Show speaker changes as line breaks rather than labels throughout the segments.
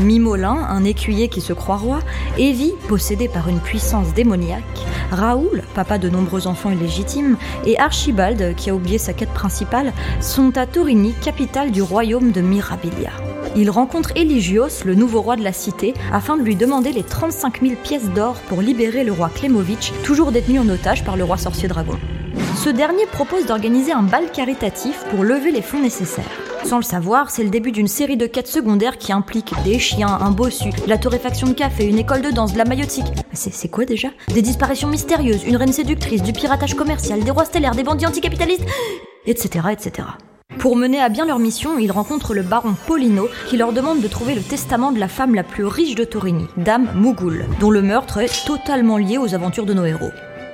Mimolin, un écuyer qui se croit roi, Evie, possédée par une puissance démoniaque, Raoul, papa de nombreux enfants illégitimes, et Archibald, qui a oublié sa quête principale, sont à Torini, capitale du royaume de Mirabilia. Ils rencontrent Eligios, le nouveau roi de la cité, afin de lui demander les 35 000 pièces d'or pour libérer le roi Klemovitch, toujours détenu en otage par le roi sorcier dragon. Ce dernier propose d'organiser un bal caritatif pour lever les fonds nécessaires. Sans le savoir, c'est le début d'une série de quêtes secondaires qui impliquent des chiens, un bossu, de la torréfaction de café, une école de danse, de la maillotique. C'est quoi déjà Des disparitions mystérieuses, une reine séductrice, du piratage commercial, des rois stellaires, des bandits anticapitalistes, etc. etc. Pour mener à bien leur mission, ils rencontrent le baron Polino qui leur demande de trouver le testament de la femme la plus riche de Torini, Dame Mougoul, dont le meurtre est totalement lié aux aventures de nos héros.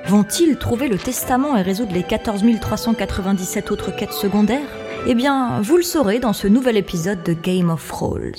Vont-ils trouver le testament et résoudre les 14 397 autres quêtes secondaires Eh bien, vous le saurez dans ce nouvel épisode de Game of Rolls.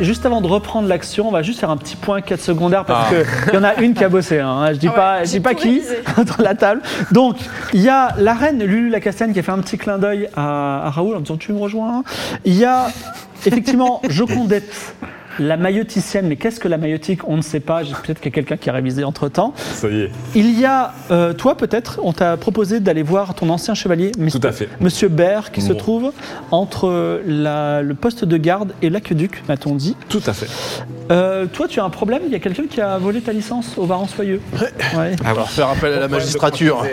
Juste avant de reprendre l'action, on va juste faire un petit point 4 secondaires parce
Ah.
que qu'il y en a une qui a bossé. hein. Je dis pas, je dis pas qui entre la table. Donc, il y a la reine Lulu la Castagne qui a fait un petit clin d'œil à, à Raoul en disant Tu me rejoins Il y a effectivement Jocondette. La mailloticienne, mais qu'est-ce que la maillotique On ne sait pas. J'ai- Peut-être qu'il y a quelqu'un qui a révisé entre temps.
Ça y est.
Il y a, euh, toi peut-être, on t'a proposé d'aller voir ton ancien chevalier, monsieur,
Tout à fait.
monsieur Baird, qui se
Bon.
trouve entre euh, la- le poste de garde et l'aqueduc, m'a-t-on dit.
Tout à fait.
Euh, toi, tu as un problème, il y a quelqu'un qui a volé ta licence au Varan Soyeux. Ouais.
Alors faire appel à la magistrature.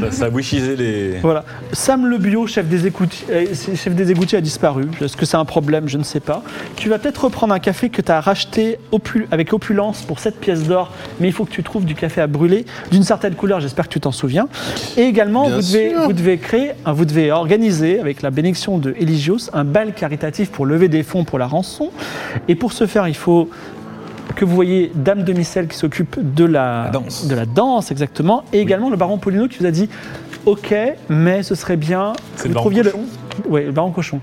Ça- Ça a wishisé les.
Voilà. Sam Le Bio, chef des, écoutiers, euh, chef des égoutiers, a disparu. Est-ce que c'est un problème Je ne sais pas. Tu vas peut-être reprendre un café que tu as racheté opu- avec opulence pour 7 pièces d'or, mais il faut que tu trouves du café à brûler d'une certaine couleur, j'espère que tu t'en souviens. Et également,
Bien
vous devez,
sûr.
vous devez créer, un- vous devez organiser, avec la bénédiction de Eligios, un bal caritatif pour lever des fonds pour la rançon. Et pour ce faire, il faut que vous voyez Dame Demicelle qui s'occupe de la,
La danse.
de la danse exactement, et également le baron Polino qui vous a dit OK, mais ce serait bien que
C'est
vous
le baron
trouviez
cochon
le ouais, le baron cochon.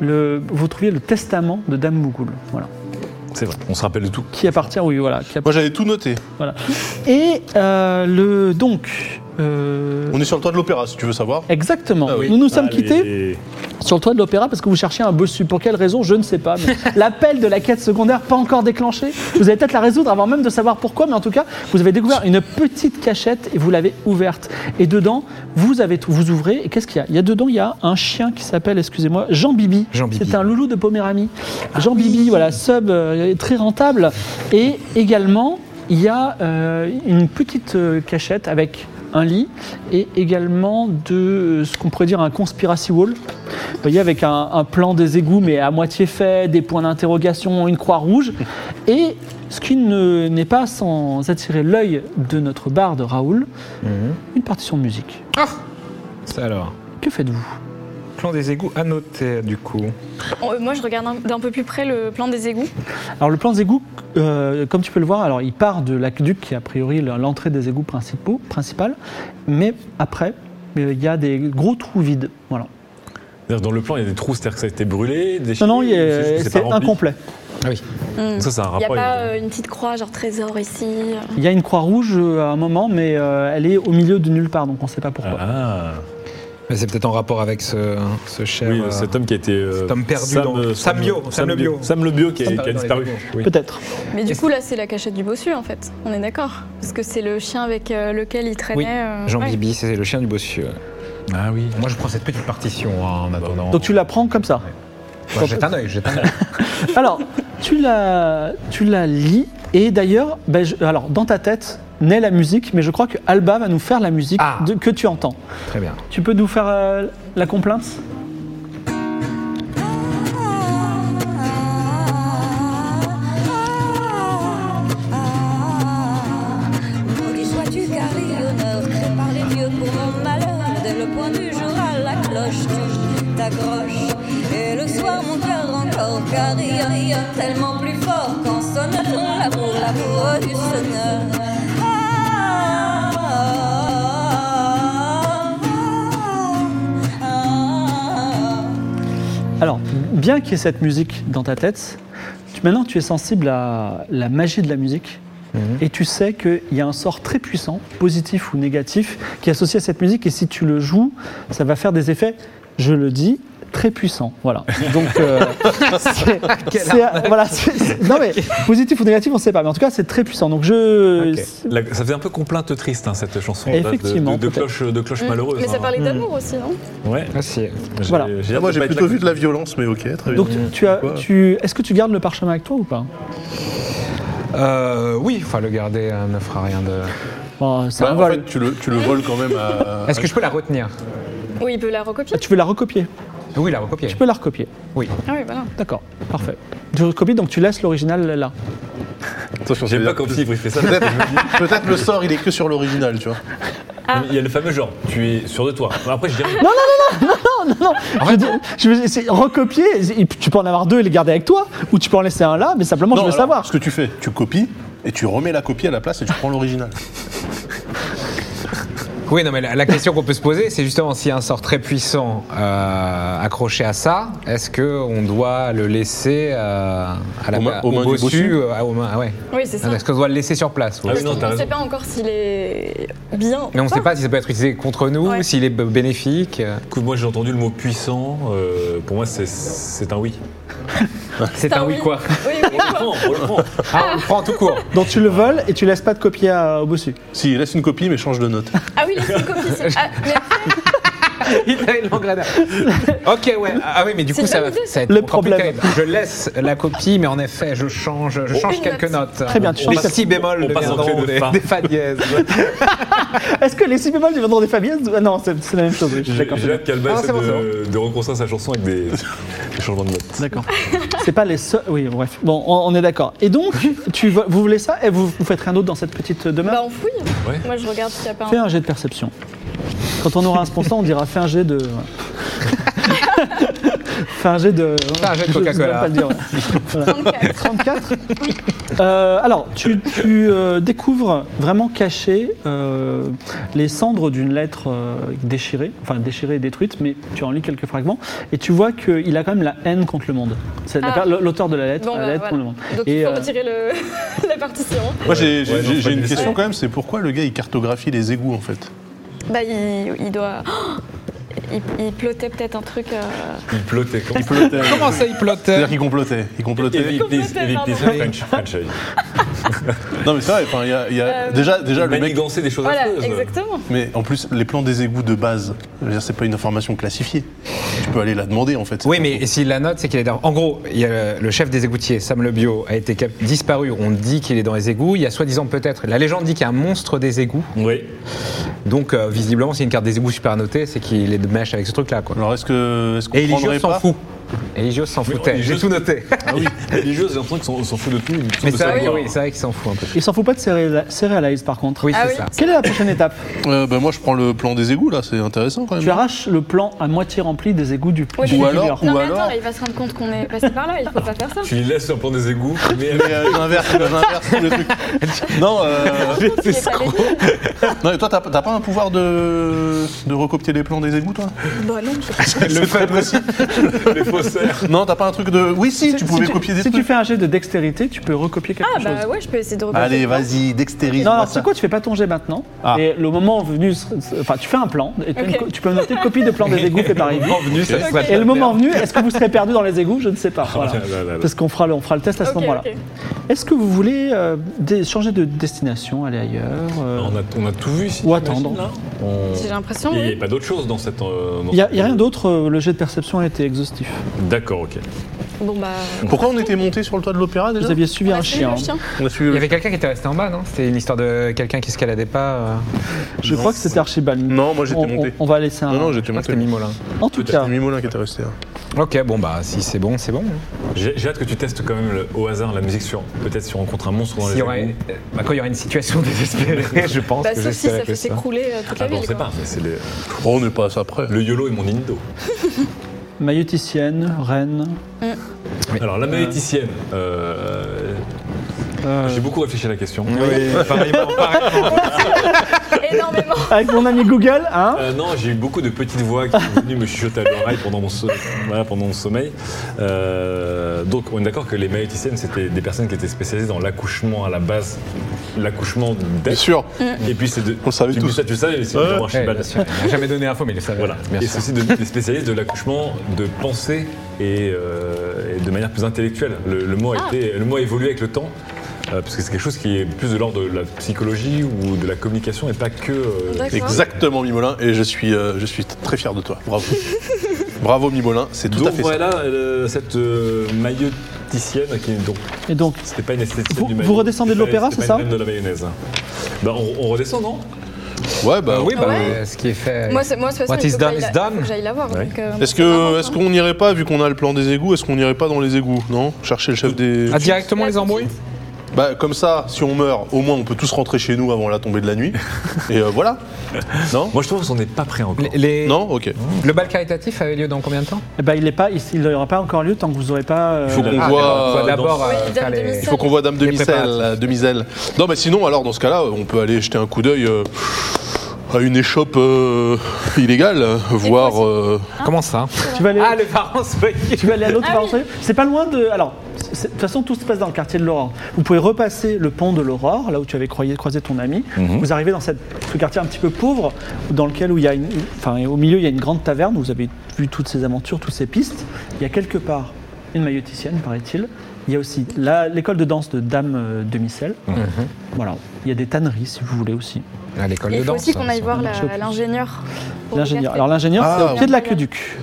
Le, vous trouviez le testament de Dame Mougoul, voilà,
C'est vrai. On se rappelle de tout.
qui appartient oui voilà, qui app-
Moi j'avais tout noté.
voilà. Et euh, le donc euh,
On est sur le toit de l'opéra si tu veux savoir.
Exactement.
Ah oui.
Nous nous sommes
Ah, les-
quittés sur le toit de l'opéra parce que vous cherchiez un bossu. Pour quelle raison Je ne sais pas. mais L'appel de la quête secondaire pas encore déclenché. Vous allez peut-être la résoudre avant même de savoir pourquoi, mais en tout cas, vous avez découvert une petite cachette et vous l'avez ouverte. Et dedans, vous avez tout. Vous ouvrez et qu'est-ce qu'il y a Il y a dedans, il y a un chien qui s'appelle, excusez-moi, Jean Bibi.
Jean Bibi.
C'est un loulou de Poméranie. Jean Bibi, voilà, sub euh, très rentable et également il y a euh, une petite euh, cachette avec un lit et également de euh, ce qu'on pourrait dire un conspiracy wall. Vous voyez, avec un, un plan des égouts, mais à moitié fait, des points d'interrogation, une croix rouge. Et ce qui ne- n'est pas sans attirer l'œil de notre barde Raoul, une partition de musique.
Ça alors.
Que faites-vous
Plan des égouts à noter du coup.
On- euh, Moi, je regarde un- d'un peu plus près le plan des égouts.
Alors, le plan des égouts, euh, comme tu peux le voir, alors il part de l'aqueduc, qui est a priori l'entrée des égouts principaux, principale, mais après, euh, il y a des gros trous vides. Voilà.
D'ailleurs, Dans le plan, il y a des trous, c'est-à-dire que ça a été brûlé, des
Non, non, il y a-
c'est juste que
c'est
pas rempli.
incomplet.
Ah oui.
Hmm.
Ça, c'est un
Il n'y a
rapport.
pas
évidemment.
euh, une petite croix, genre trésor ici euh.
Il y a une croix rouge euh, à un moment, mais euh, elle est au milieu de nulle part, donc on ne sait pas pourquoi.
Ah,
Mais c'est peut-être en rapport avec ce, ce cher.
oui,
euh,
cet homme qui a été. euh,
cet homme perdu dans-
euh,
Sam Bio, Sam le Bio.
Sam le bio qui
Sam
a, qui a
dans les
disparu.
égouts.
Oui.
Peut-être.
Mais du
Est-ce-
coup, là, c'est la cachette du bossu, en fait. On est d'accord. Parce que c'est le chien avec euh, lequel il traînait.
Oui,
euh,
Jean
ouais.
Bibi, c'est le chien du bossu.
Ah oui.
Moi, je prends cette petite partition hein, en attendant.
Donc tu la prends comme ça.
Moi, jette un œil, jette un œil.
Alors, tu la, tu la lis, et d'ailleurs, ben, je- alors, dans ta tête naît la musique, mais je crois que Alba va nous faire la musique
Ah.
de- que tu entends.
Très bien.
Tu peux nous faire euh, la complainte
Maudit sois-tu car il honore, prépare les dieux pour mon malheur. Dès le point du jour à la cloche, tu t'accroches. Et le soir, mon cœur encore, car il y a tellement plus fort quand sonne l'amour, l'amour du sonneur. Ah, ah, ah, ah.
Alors, bien qu'il y ait cette musique dans ta tête, tu- maintenant tu es sensible à la magie de la musique.
Mhm.
Et tu sais qu'il y a un sort très puissant, positif ou négatif, qui est associé à cette musique. Et si tu le joues, ça va faire des effets, je le dis, très puissants. Voilà. Donc, euh, c'est- c'est- euh, voilà, c'est- c'est- non mais positif ou négatif, on ne sait pas. Mais en tout cas, c'est très puissant. Donc, je.
Ok.
La- ça fait un peu complainte triste, hein, cette chanson. là, de-
Effectivement,
De, de,
peut-être.
cloche, de cloche
Hmm.
malheureuse.
Mais ça
hein.
parlait d'amour aussi, non
Ouais.
Ah, si.
J'ai-
Voilà.
j'ai hâte
Moi,
de
j'ai
pas être
plutôt
là-
vu de la violence, mais ok, très bien. Bah,
Donc, tu as,
Euh, Pourquoi
tu, est-ce que tu gardes le parchemin avec toi ou pas
Euh, oui, enfin, le garder euh, ne fera rien de.
Bon, c'est
Bah,
un
en
vol.
fait, tu le, tu le voles quand même à.
Est-ce que je peux la retenir
Oui, il peut la recopier.
Ah, Tu veux la recopier
Oui, la recopier.
Tu peux la recopier.
Oui.
Ah oui, voilà.
D'accord, parfait. Tu recopies, donc tu laisses l'original là.
Attention,
J'aime pas
c'est-à-dire-
quand Fibre il fait ça.
Peut-être peut-être le sort, il est que sur l'original, tu vois.
Ah.
Il y a le fameux genre, tu es sûr de toi. Après, je dirais.
Je veux dire, je veux- c'est recopier, c'est- tu peux en avoir deux et les garder avec toi, ou tu peux en laisser un là, mais simplement je veux
alors,
savoir.
Ce que tu fais, tu copies et tu remets la copie à la place et tu prends l'original.
Oui, non, mais la, la question qu'on peut se poser, c'est justement s'il y a un sort très puissant euh, accroché à ça, est-ce que on doit le laisser euh, à la
Aux mains-
au
aux mains du
bossu,
bossu
euh, ah, aux mains, ah ouais.
Oui, c'est ça.
Non, Est-ce qu'on doit le laisser sur place oui.
Ah oui,
Parce
non,
qu'on
t'as
ne sait
raison.
pas encore s'il est bien.
Mais on ne sait pas si ça peut être utilisé contre nous,
Ouais.
s'il est b- bénéfique. euh.
Écoute, moi j'ai entendu le mot puissant, euh, pour moi c'est- c'est un oui.
C'est un oui quoi
Oui, oui,
On le prend, on le prend.
Ah, on le prend tout court.
Donc tu le voles et tu laisses pas de copier à- au bossu.
Si, laisse une copie, mais change de note.
Ah oui, laisse une copie. c'est- Ah, mais
Il avait l'engrenage. Ok, ouais. Ah oui, mais du
C'est
coup, ça
une
va,
bonne idée.
ça va être
Le
encore plus
problème.
terrible. Je laisse la copie, mais en effet, je change, je change
Une
quelques notes.
Très bien, tu
Les
changes quelques-
si bémols
On passe en clé
deviendront
de
des,
fa.
des fa dièse.
Est-ce que les six bémols deviendront des familles Ah Non, c'est c'est la même chose. oui, je suis
J'ai
D'accord,
j'ai hâte qu'Alba
Ah,
essaie
c'est bon,
de, de reconstruire sa chanson avec des, des changements de notes.
d'accord. C'est pas les seuls. Oui, bref. Bon, on, on est d'accord. Et donc, tu, vo- vous voulez ça et vous, vous faites rien d'autre dans cette petite demeure
bah, on fouille.
Ouais.
Moi, je regarde s'il n'y a pas
Fais
un.
un jet de perception. Quand on aura un sponsor, on dira fais un jet de. fais un jet de.
Fais un jet
Je-
de
je
Coca-Cola.
saurais pas le dire, ouais. Voilà.
34.
34 Euh, Alors, tu, tu, euh, découvres vraiment cachées euh, les cendres d'une lettre euh, déchirée, enfin déchirée et détruite, mais tu en lis quelques fragments, et tu vois qu'il a quand même la haine contre le monde. C'est la
Ah.
per- l'auteur de la lettre,
Bon,
la
bah,
lettre
voilà.
contre le monde.
Donc,
Et,
il faut
euh,
retirer le... la partition.
Moi, j'ai j'ai-
Ouais, non,
j'ai-
faut
j'ai une
laisser.
question quand même, c'est pourquoi le gars, il cartographie les égouts, en fait
Bah, il, il doit. Oh il, il plotait peut-être un truc. euh,
Il plotait. Comment
Il plotait.
Comment ça, il plotte
C'est-à-dire qu'il complotait. Il complotait.
Eric, please, Eric, please,
Complètement,
French, French.
Non, mais c'est vrai, enfin, il y a, il y a-
Euh,
déjà, déjà le mec.
Manigancer des choses
Voilà,
affreuses.
exactement.
Mais en plus, les plans des égouts de base, je veux dire, c'est pas une information classifiée. Tu peux aller la demander, en fait.
Oui, mais s'il la note, c'est qu'il est dans. En gros, il y a le, le chef des égoutiers, Sam Le Bio, a été cap- disparu. On dit qu'il est dans les égouts. Il y a soi-disant peut-être. La légende dit qu'il y a un monstre des égouts.
Oui.
Donc, euh, visiblement, c'est une carte des égouts super notée, c'est qu'il est de mèche avec ce truc-là, quoi.
Alors, est-ce que est-ce
Et
qu'on
Eligios
prendrait
s'en
pas
fout. Eligios s'en
Mais
foutait.
Eligios-
J'ai tout noté.
Ah oui. Les jeux, j'ai l'impression qu'ils s'en- s'en foutent de tout. ils sont
Mais
de
ça, oui,
savoir.
oui, c'est vrai qu'il s'en fout un peu.
Il s'en faut pas de céréla- Céréalize par contre.
Oui,
Ah
c'est
oui.
ça.
Quelle est la prochaine étape
Euh, ben, moi, je prends le plan des égouts, là, c'est intéressant quand même.
Tu arraches le plan à moitié rempli des égouts du,
Ouais,
du
mais-
Euh, Ou
viveur.
alors-
Non,
Ou
mais
alors-
attends, là, il va se rendre compte qu'on est passé par là. Il faut pas faire ça.
Tu les laisses sur le plan des égouts, mais
Mais euh, j'inverse, j'inverse tous les trucs. Non, euh,
Il est pas allé.
non, mais toi, t'as t'as pas un pouvoir de, de recopier les plans des égouts, toi
Bah, non, je sais pas.
Le fait possible.
les faux faussaire.
Non, t'as pas un truc de. Oui, si, tu pouvais
tu-
copier des
si tu
trucs.
fais un jet de dextérité, tu peux recopier quelque
Ah
chose.
bah ouais, je peux essayer de reposer.
Allez, vas-y, dextérise.
Non, alors c'est quoi Tu fais pas ton jet maintenant.
Ah.
Et le moment venu, enfin, tu fais un plan. Et tu as une
Ok.
co- tu peux noter une copie de plan des égouts fait par Evie.
venu, ça serait
Et le moment venu, est-ce que vous serez perdu dans les égouts Je ne sais pas. Voilà.
Ah, bah,
là là là.
Parce qu'on fera le, on fera le test à ce
Ok,
moment-là.
ok.
Est-ce que vous voulez euh, dé- changer de destination, aller ailleurs euh,
On a, on a tout vu ici.
Ou attendre.
t'imagines, là On-
J'ai l'impression,
Il n'y a,
oui.
pas d'autre chose dans cette. euh, dans
Il n'y a,
cette-
il y a rien d'autre, euh, le jet de perception a été exhaustif.
D'accord, ok.
Bon bah.
Pourquoi on était monté sur le toit de l'opéra déjà
Vous aviez suivi
on a
un
suivi
chien.
le chien.
On a suivi
Il y
le-
avait quelqu'un qui était resté en bas, non C'était une histoire de quelqu'un qui escaladait pas. euh,
Je crois que c'était Archibald.
Non, moi j'étais
on, on-
monté.
on va laisser un.
Non, non, j'étais
Je crois que
monté.
c'était Mimolin.
en tout cas,
C'était Mimolin qui était resté. hein.
Ok, bon bah si c'est bon, c'est bon.
J'ai j'ai hâte que tu testes quand même le- au hasard la musique sur. Peut-être si on rencontre un monstre dans
S'il
les
y aurait-
égouts.
euh, bah, quand il y aura une situation désespérée, je pense
Bah,
que
sauf si
j'espérais
ça
que
fait s'écrouler euh, toute
Ah
la
bon, on
ville.
sait
quoi.
pas. mais C'est les-
Oh, on n'est pas à ça près.
le YOLO et mon Indo.
maïoticienne, reine.
Alors, la maléticienne. euh,
euh,
J'ai beaucoup réfléchi à la question.
Oui, pareillement, pareillement.
Énormément.
Avec mon ami Google, hein
Euh, non, j'ai eu beaucoup de petites voix qui sont venues me chuchoter à l'oreille pendant mon, so- voilà, pendant mon sommeil. Euh, donc, on est d'accord que les maïoticiennes, c'était des personnes qui étaient spécialisées dans l'accouchement à la base, l'accouchement
Bien
d'être.
sûr.
Et puis, c'est de.
On le savait
tu,
tous.
Ça, tu le savais, c'est
Ouais.
de
Ouais,
Archibald.
bien sûr. Il n'a jamais donné info, mais il le savait.
Voilà.
bien
et
sûr.
ceci de, des spécialistes de l'accouchement de pensée et, euh, et de manière plus intellectuelle. Le, le mot a été, le mot a évolué avec le temps. euh, parce que c'est quelque chose qui est plus de l'ordre de la psychologie ou de la communication et pas que. euh,
D'accord.
Exactement, Mimolin, et je suis, euh, je suis très fier de toi. Bravo. Bravo, Mimolin, c'est tout
Donc
à fait
voilà euh, cette euh, mailloticienne qui donc
Et donc,
c'était pas une esthéticienne
Vous-
du
vous
maillot.
redescendez de
C'était
l'opéra,
pas- c'était
c'est
pas
ça
une reine de la mayonnaise. Bah on, on redescend non
ça. Ouais, bah.
Euh, oui, bah,
Ouais.
euh, ce qui est fait.
Moi, c'est moi, de toute façon,
What
il
is
faut que
done
j'aille
is
la-
done.
faut que J'aille la voir.
Ouais.
donc, euh,
Est-ce que, est-ce qu'on n'irait pas, vu qu'on a le plan des égouts, est-ce qu'on n'irait pas dans les égouts, non Chercher le chef des.
Ah, directement les embrouilles
Bah, comme ça, si on meurt, au moins on peut tous rentrer chez nous avant la tombée de la nuit. Et euh, voilà. Non
Moi je trouve qu'on n'est pas prêt encore.
Les- les-
Non Ok.
Le bal caritatif avait lieu dans combien de temps
eh ben, il n'est pas, il il n'aura pas encore lieu tant que vous n'aurez pas. euh,
Il faut qu'on
Ah,
voit.
faut d'abord
Oui,
euh,
dame
faire
de
les.
Il faut qu'on voit Dame de
Les
Micelle,
préparatifs.
euh, de Miselle. Non, mais sinon, alors, dans ce cas-là, on peut aller jeter un coup d'œil euh, à une échoppe euh, illégale, euh, voir. euh,
Comment ça
Tu vas aller,
Ah, les parents soignés
tu vas aller à l'autre par exemple C'est pas loin de. Alors, c'est- c'est- de toute façon, tout se passe dans le quartier de l'Aurore. Vous pouvez repasser le pont de l'Aurore, là où tu avais croisé, croisé ton ami.
Mhm.
Vous arrivez dans cette, ce quartier un petit peu pauvre, dans lequel où il y a une, enfin, au milieu il y a une grande taverne. Où vous avez vu toutes ces aventures, toutes ces pistes. Il y a quelque part une mailloticienne, paraît-il. Il y a aussi la- l'école de danse de Dame euh, de Micelle.
Mhm.
Voilà. Il y a des tanneries, si vous voulez aussi.
À l'école
Il
de
faut
danse. hein.
aussi qu'on aille
ça.
voir la-
marche au plus.
l'ingénieur. pour
L'ingénieur. Alors
regarder.
l'ingénieur,
Ah,
c'est au
oui.
pied de l'aqueduc.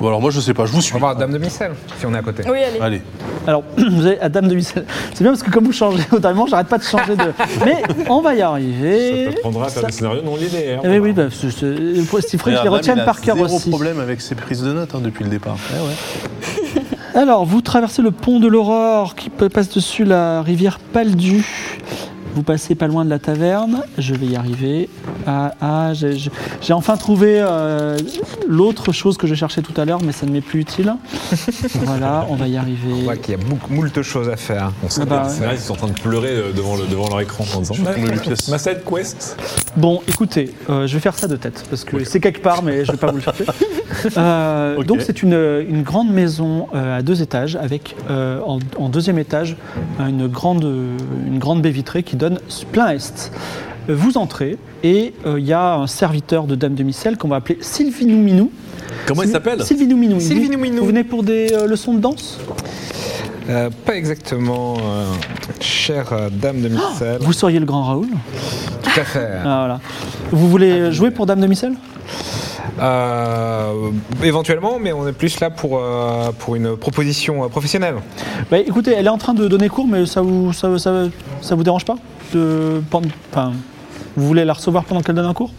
Bon, alors, euh, moi, je sais pas, je vous
On va
suis.
voir Dame de Micelle, si on est à côté.
Oui, allez.
Allez.
Alors, vous avez à Dame de Micelle. C'est bien parce que comme vous changez totalement, j'arrête pas de changer de. Mais on va y arriver.
Ça te prendra à faire des scénarios non linéaires.
Eh oui, oui, bah, c'est- c'est- il faut il faut que je les
Madame, il
retienne
a
par cœur
zéro
aussi. Eh
problème avec ses prises de notes hein, depuis le départ.
Alors, vous traversez le pont de l'Aurore qui pa- passe dessus la rivière Paldue. Vous passez pas loin de la taverne. Je vais y arriver. Ah, ah, j'ai- j'ai j'ai enfin trouvé euh, l'autre chose que je cherchais tout à l'heure, mais ça ne m'est plus utile. voilà, on va y
On voit
arriver.
qu'il y a beaucoup, moult choses à faire.
On sent
Ah bah
que les
ouais.
scénaristes sont en train de pleurer euh, devant, le, devant leur écran en disant
tourne une pièce.
Ma side quest
Bon, écoutez, euh, je vais faire ça de tête parce que c'est quelque part, mais je vais pas vous le chercher. Euh,
Ok.
Donc c'est une, une grande maison euh, à deux étages avec euh, en, en deuxième étage une grande, une grande baie vitrée qui donne plein est. Vous entrez et euh, il y a un serviteur de Dame de Micelle qu'on va appeler Sylvinou Minou.
Comment il
Sylvi-
s'appelle
Sylvinou Minou.
Sylvinou
Vous-
Minou.
Vous venez pour des euh, leçons de danse
Euh, pas exactement, euh, chère euh, Dame de Micelle.
Vous seriez le grand Raoul
Tout à fait.
Ah, voilà. Vous
Ah,
voulez jouer pour Dame de Micelle
Euh, éventuellement, mais on est plus là pour, euh, pour une proposition euh, professionnelle.
Bah, écoutez, elle est en train de donner cours, mais ça vous, ça, ça- ça vous dérange pas de, pen- enfin, Vous voulez la recevoir pendant qu'elle donne un cours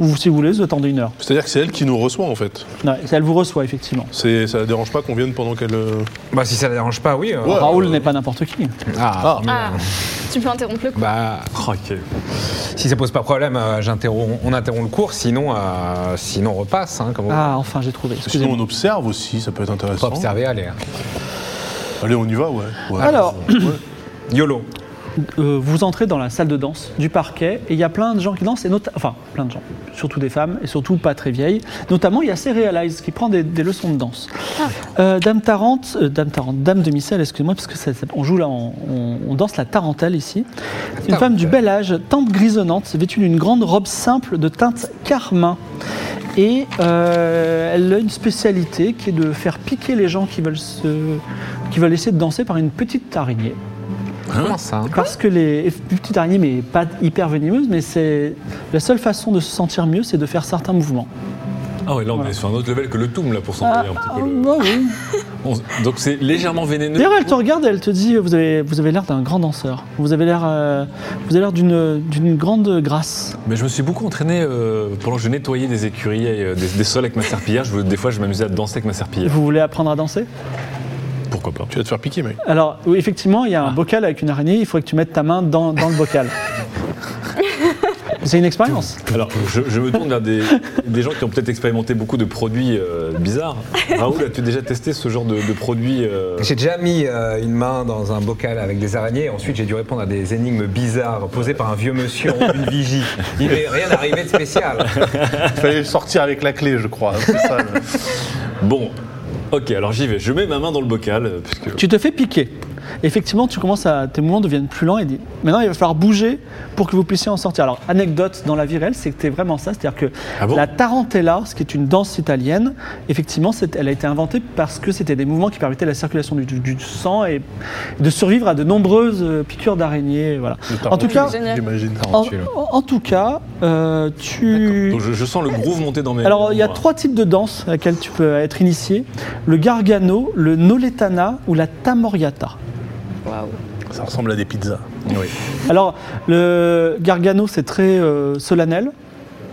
Ou si vous voulez, vous attendez une heure.
C'est-à-dire que c'est elle qui nous reçoit, en fait.
Ouais, elle vous reçoit, effectivement.
C'est, ça ne dérange pas qu'on vienne pendant qu'elle. euh,
Bah, si ça ne dérange pas, oui. euh,
Ouais.
Raoul n'est pas n'importe qui.
Ah, mais,
Ah,
euh,
tu peux interrompre le coup.
Bah,
Ah,
si ça pose pas problème, euh, j'interromps- on interrompt le cours, sinon, euh, sinon on repasse. hein, comme
Ah, enfin, j'ai trouvé.
Sinon,
Excusez-moi.
on observe aussi, ça peut être
on peut
intéressant.
observer, allez.
Allez, on y va, ouais. Ouais.
Alors,
Ouais.
YOLO.
Euh, vous entrez dans la salle de danse du parquet et il y a plein de gens qui dansent, et nota- enfin plein de gens, surtout des femmes et surtout pas très vieilles. Notamment, il y a Serialize qui prend des, des leçons de danse. Euh, Dame Tarente, euh, Dame Tarente, Dame de Micelle, excusez-moi, parce que ça- ça- on joue là, on, on- on danse la tarentelle ici. C'est une femme du bel âge, teinte grisonnante, vêtue d'une grande robe simple de teinte carmin. Et euh, elle a une spécialité qui est de faire piquer les gens qui veulent, se, qui veulent essayer de danser par une petite araignée.
Comment ça hein
Parce que les une petite araignée, mais pas hyper venimeuse, mais c'est la seule façon de se sentir mieux, c'est de faire certains mouvements.
Ah ouais, là on
Voilà.
est sur un autre level que le Toum là pour s'envoyer un petit peu. le-
Ah oui.
On- Donc c'est légèrement vénéneux.
D'ailleurs, elle te regarde et elle te dit Vous avez, vous avez l'air d'un grand danseur. Vous avez l'air, euh, vous avez l'air d'une, d'une grande grâce.
Mais je me suis beaucoup entraîné euh, pendant que je nettoyais des écuries, et, euh, des, des sols avec ma serpillière. Je, voulais- des fois, je m'amusais à danser avec ma serpillière.
Vous voulez apprendre à danser
Pourquoi pas
Tu vas te faire piquer, mec.
Alors, oui, effectivement, il
Ah.
y a un bocal avec une araignée. Il faudrait que tu mettes ta main dans, dans le bocal. c'est une expérience.
Alors, je, je me tourne vers des, des gens qui ont peut-être expérimenté beaucoup de produits euh, bizarres. Raoul, as-tu déjà testé ce genre de, de produits euh,
J'ai déjà mis euh, une main dans un bocal avec des araignées. et Ensuite, j'ai dû répondre à des énigmes bizarres posées par un vieux monsieur en une vigie. Il n'est rien arrivé de spécial.
Il fallait le sortir avec la clé, je crois. hein, C'est ça. le-
Bon, ok, alors j'y vais. Je mets ma main dans le bocal, euh, puisque...
Tu te fais piquer. Effectivement, tu commences à, tes mouvements deviennent plus lents et dis- maintenant il va falloir bouger pour que vous puissiez en sortir. Alors, anecdote dans la vie réelle, c'est que c'était vraiment ça, c'est-à-dire que
Ah bon
la tarantella, ce qui est une danse italienne, effectivement, c'est- elle a été inventée parce que c'était des mouvements qui permettaient la circulation du, du- du sang et de survivre à de nombreuses euh, piqûres d'araignées. Voilà. En tout cas,
Génial.
j'imagine.
en, en- en tout cas, euh, tu
Donc, je, je sens le groove monter dans mes...
alors, il y a
moi.
trois types de danses à laquelle tu peux être initié le gargano, le noletana ou la tamoriata.
Ça ressemble à des pizzas.
Oui.
Alors, le Gargano, c'est très euh, solennel.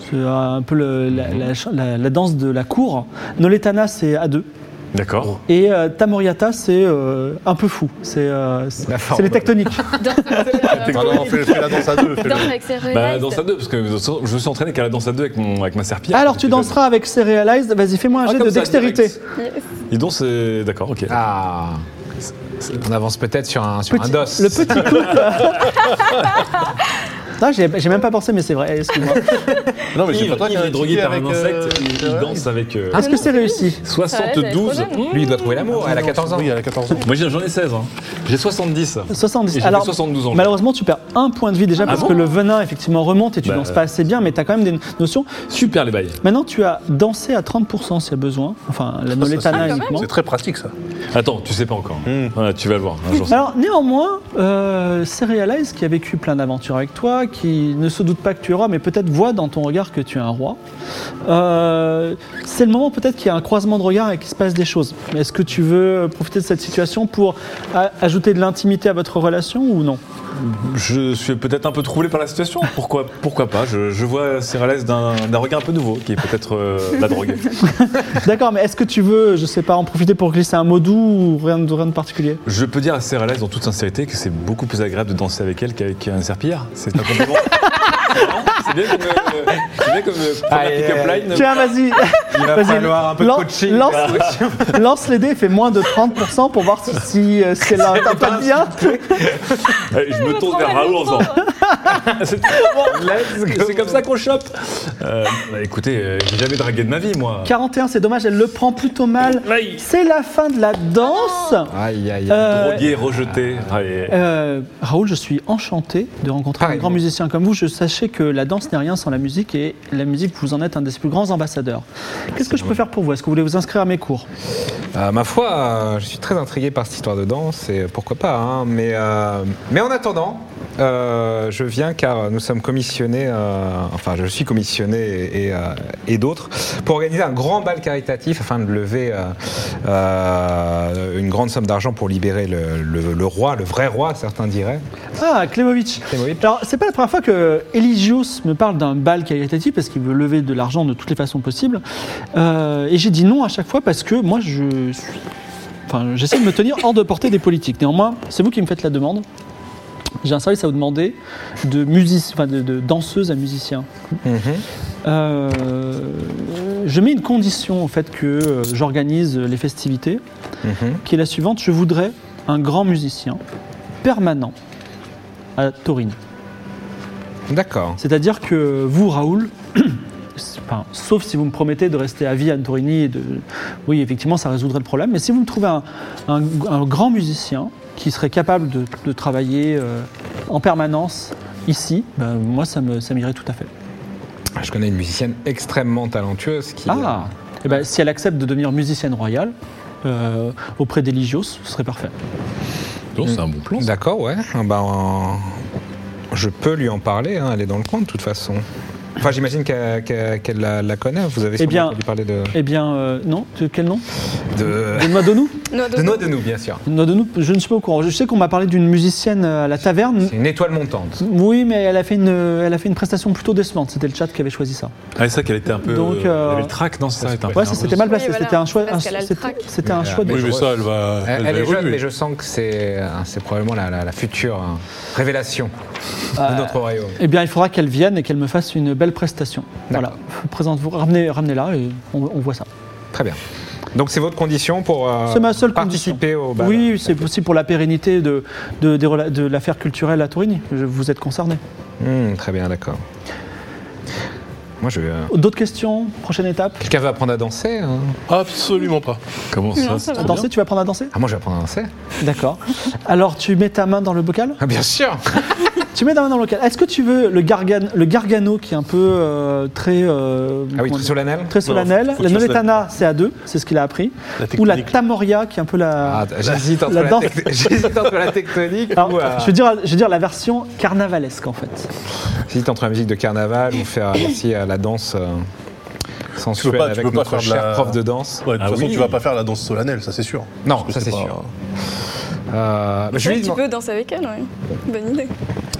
C'est un peu le- la, la ch- la- la danse de la cour. Noletana, c'est à deux.
D'accord.
Et euh, Tamoriata, c'est euh, un peu fou. C'est euh, c'est-
La forme.
c'est les tectoniques.
Danse avec-
Non, non, fais, fais la danse à deux. fais-le.
Danse avec ses
Bah,
réalistes.
danse à deux, parce que je me suis entraîné qu'à la danse à deux avec, mon, avec ma serpillière.
Alors, tu danseras avec Serialized. Vas-y, fais-moi un
Ah,
jet
comme
de
ça,
dextérité.
direct. Dis donc, c'est... D'accord, ok.
Ah On avance peut-être sur un, sur un
Petit-
dos.
Le petit coup. Ah, j'ai j'ai même pas pensé, mais c'est vrai. Excuse-moi.
Non, mais c'est
Ivre,
pas toi qui
Ivre
as
est drogué
piqué
par un
avec, euh,
insecte, il- il
euh,
danse avec... euh,
Est-ce que c'est réussi
Ouais,
72.
elle est trop
Lui, il doit trouver l'amour. Elle a 14 ans.
Oui, elle a 14 ans.
Moi j'ai- j'en ai 16, hein. j'ai 70.
70.
Et j'ai
Alors,
fait 72 ans.
malheureusement, tu perds un point de vie déjà
Ah
parce
bon
que le venin, effectivement, remonte et tu
Bah,
danses pas assez bien, mais tu as quand même des notions.
Super les bails.
Maintenant, tu as dansé à 30% s'il y a besoin. Enfin, la noletana uniquement.
C'est très pratique, ça.
Attends, tu sais pas encore.
Mmh.
Voilà, tu vas le voir un jour.
Alors, néanmoins, euh, Serialize, qui a vécu plein d'aventures avec toi, qui ne se doute pas que tu es roi, mais peut-être voit dans ton regard que tu es un roi, euh, c'est le moment peut-être qu'il y a un croisement de regard et qu'il se passe des choses. Mais Est-ce que tu veux profiter de cette situation pour a- ajouter de l'intimité à votre relation ou non
Je suis peut-être un peu troublé par la situation. Pourquoi, pourquoi pas je, je vois Cyrales d'un d'un regard un peu nouveau, qui est peut-être euh, la drogue.
D'accord, mais est-ce que tu veux, je sais pas, en profiter pour glisser un mot doux ou rien de, rien de particulier
Je peux dire à Cyrales dans toute sincérité que c'est beaucoup plus agréable de danser avec elle qu'avec un serpillard. C'est un compliment. c'est bien comme, euh, c'est bien comme euh, première
Aïe,
pick-up
aïe.
line.
Tiens, vas-y,
Il va
Vas-y,
falloir un peu de
lan-
coaching. euh,
lance- lance les dés et fais moins de 30% pour voir si, si, euh, c'est là. T'as pas de bien
Allez, je me tourne vers Raoul en disant. C'est tout pour moi. C'est comme ça qu'on chope. Euh, bah, écoutez, euh, j'ai jamais dragué de ma vie, moi.
41, c'est dommage, elle le prend plutôt mal. C'est la fin de la danse.
Aïe, aïe, aïe.
Euh,
Drogué, rejeté. Allez.
euh, Raoul, je suis enchanté de rencontrer un
Pareil.
grand musicien comme vous. Je sachez que la danse n'est rien sans la musique et la musique, vous en êtes un des plus grands ambassadeurs.
Bah,
Qu'est-ce que je peux faire pour vous Est-ce que vous voulez vous inscrire à mes cours
Euh, ma foi, euh, je suis très intrigué par cette histoire de danse et pourquoi pas. hein, mais, euh, mais en attendant, euh, je viens car nous sommes commissionnés, euh, enfin je suis commissionné et, et, euh, et d'autres, pour organiser un grand bal caritatif afin de lever euh, euh, une grande somme d'argent pour libérer le, le- le roi, le vrai roi, certains diraient.
Ah, Klemovic.
Klemovic.
Alors, c'est pas la première fois que Eligios me parle d'un bal caritatif parce qu'il veut lever de l'argent de toutes les façons possibles. Euh, et j'ai dit non à chaque fois parce que moi, je suis. Enfin, j'essaie de me tenir hors de portée des politiques. Néanmoins, c'est vous qui me faites la demande. J'ai un service à vous demander de, music... enfin, de, de danseuse à musicien. Euh, je mets une condition au fait que euh, j'organise les festivités, qui est la suivante. Je voudrais un grand musicien permanent à Taurine.
D'accord.
C'est-à-dire que vous, Raoul, enfin, sauf si vous me promettez de rester à vie à Antorini, et de... oui, effectivement, ça résoudrait le problème, mais si vous me trouvez un, un- un grand musicien qui serait capable de, de travailler euh, en permanence ici, ben, moi, ça me- ça m'irait tout à fait.
Je connais une musicienne extrêmement talentueuse qui.
Ah Eh ben, Si elle accepte de devenir musicienne royale, euh, auprès des Ligios, ce serait parfait.
Non, c'est un bon plan. ça.
D'accord, ouais. Ah Ben, euh, je peux lui en parler, hein, elle est dans le coin de toute façon. Enfin, j'imagine qu'elle qu'elle- qu'elle la, la connaît. Vous avez
bien-
entendu parler de.
Eh bien, euh, non De quel nom
De,
Donne-moi de nous
Noix
de Noix de Nous, bien sûr.
Donne-moi de nous, je ne suis pas au courant. Je sais qu'on m'a parlé d'une musicienne euh, à la taverne.
C'est une étoile montante.
Oui, mais elle a fait une, elle a fait une prestation plutôt décevante. C'était le chat qui avait choisi ça.
Ah, c'est ça qu'elle était un peu.
Donc,
Donc,
euh,
Elle avait le trac, non, c'est ça. elle était un peu
Ouais, ça c'était mal placé.
Oui, voilà,
C'était un choix.
parce
un-
qu'elle a le
C'était
trac.
c'était un
Mais,
choix
euh,
de.
Ah, Oui, mais ça, elle va.
Elle,
va
elle est jeune,
évoluer.
mais je sens que c'est euh, c'est probablement la, la- la future hein, révélation de notre royaume.
Eh bien, il faudra qu'elle vienne et qu'elle me fasse une belle prestation. Voilà. Présente-vous, ramenez, ramenez-la et on, on voit ça.
Très bien. Donc, c'est votre condition pour euh,
C'est ma seule condition.
participer au bal
oui, c'est aussi pour la pérennité de, de, des rela- de l'affaire culturelle à Tourigny. Je- Vous êtes concerné.
Hmm, très bien, d'accord. Moi, je vais. euh,
D'autres questions Prochaine étape
Quelqu'un veut apprendre à danser hein
Absolument pas.
Comment ça, c'est trop
Danser, tu vas apprendre à danser
Ah, moi, je vais apprendre à danser.
D'accord. Alors, tu mets ta main dans le bocal
Ah, bien sûr
Tu mets ta main dans le bocal. Est-ce que tu veux le, gargan, le gargano qui est un peu euh, très. euh,
Ah oui,
comment
très
dire,
solennel.
très
Non, non,
solennel.
faut- faut
la
que tu fasses la-
Noletana, c'est à deux, c'est ce qu'il a appris.
La
Ou la
technique.
Tamoria, qui est un peu la.
Ah, J'hésite entre,
la
la
danse.
tec- j'hésite entre la tectonique
Alors,
ou euh,
je, veux dire, je veux dire la version carnavalesque, en fait.
j'hésite entre la musique de carnaval ou faire aussi euh, la danse euh, sensuelle
pas- tu peux
avec
pas
notre
faire de
cher
la-
prof de danse.
Ouais, de toute
Ah
façon,
oui.
tu vas pas faire la danse solennelle, ça c'est sûr.
Non,
Parce
ça
que
c'est
pas-
sûr. Euh, bah, je, lui
Tu
dis,
peux danser avec elle, ouais. Bonne idée.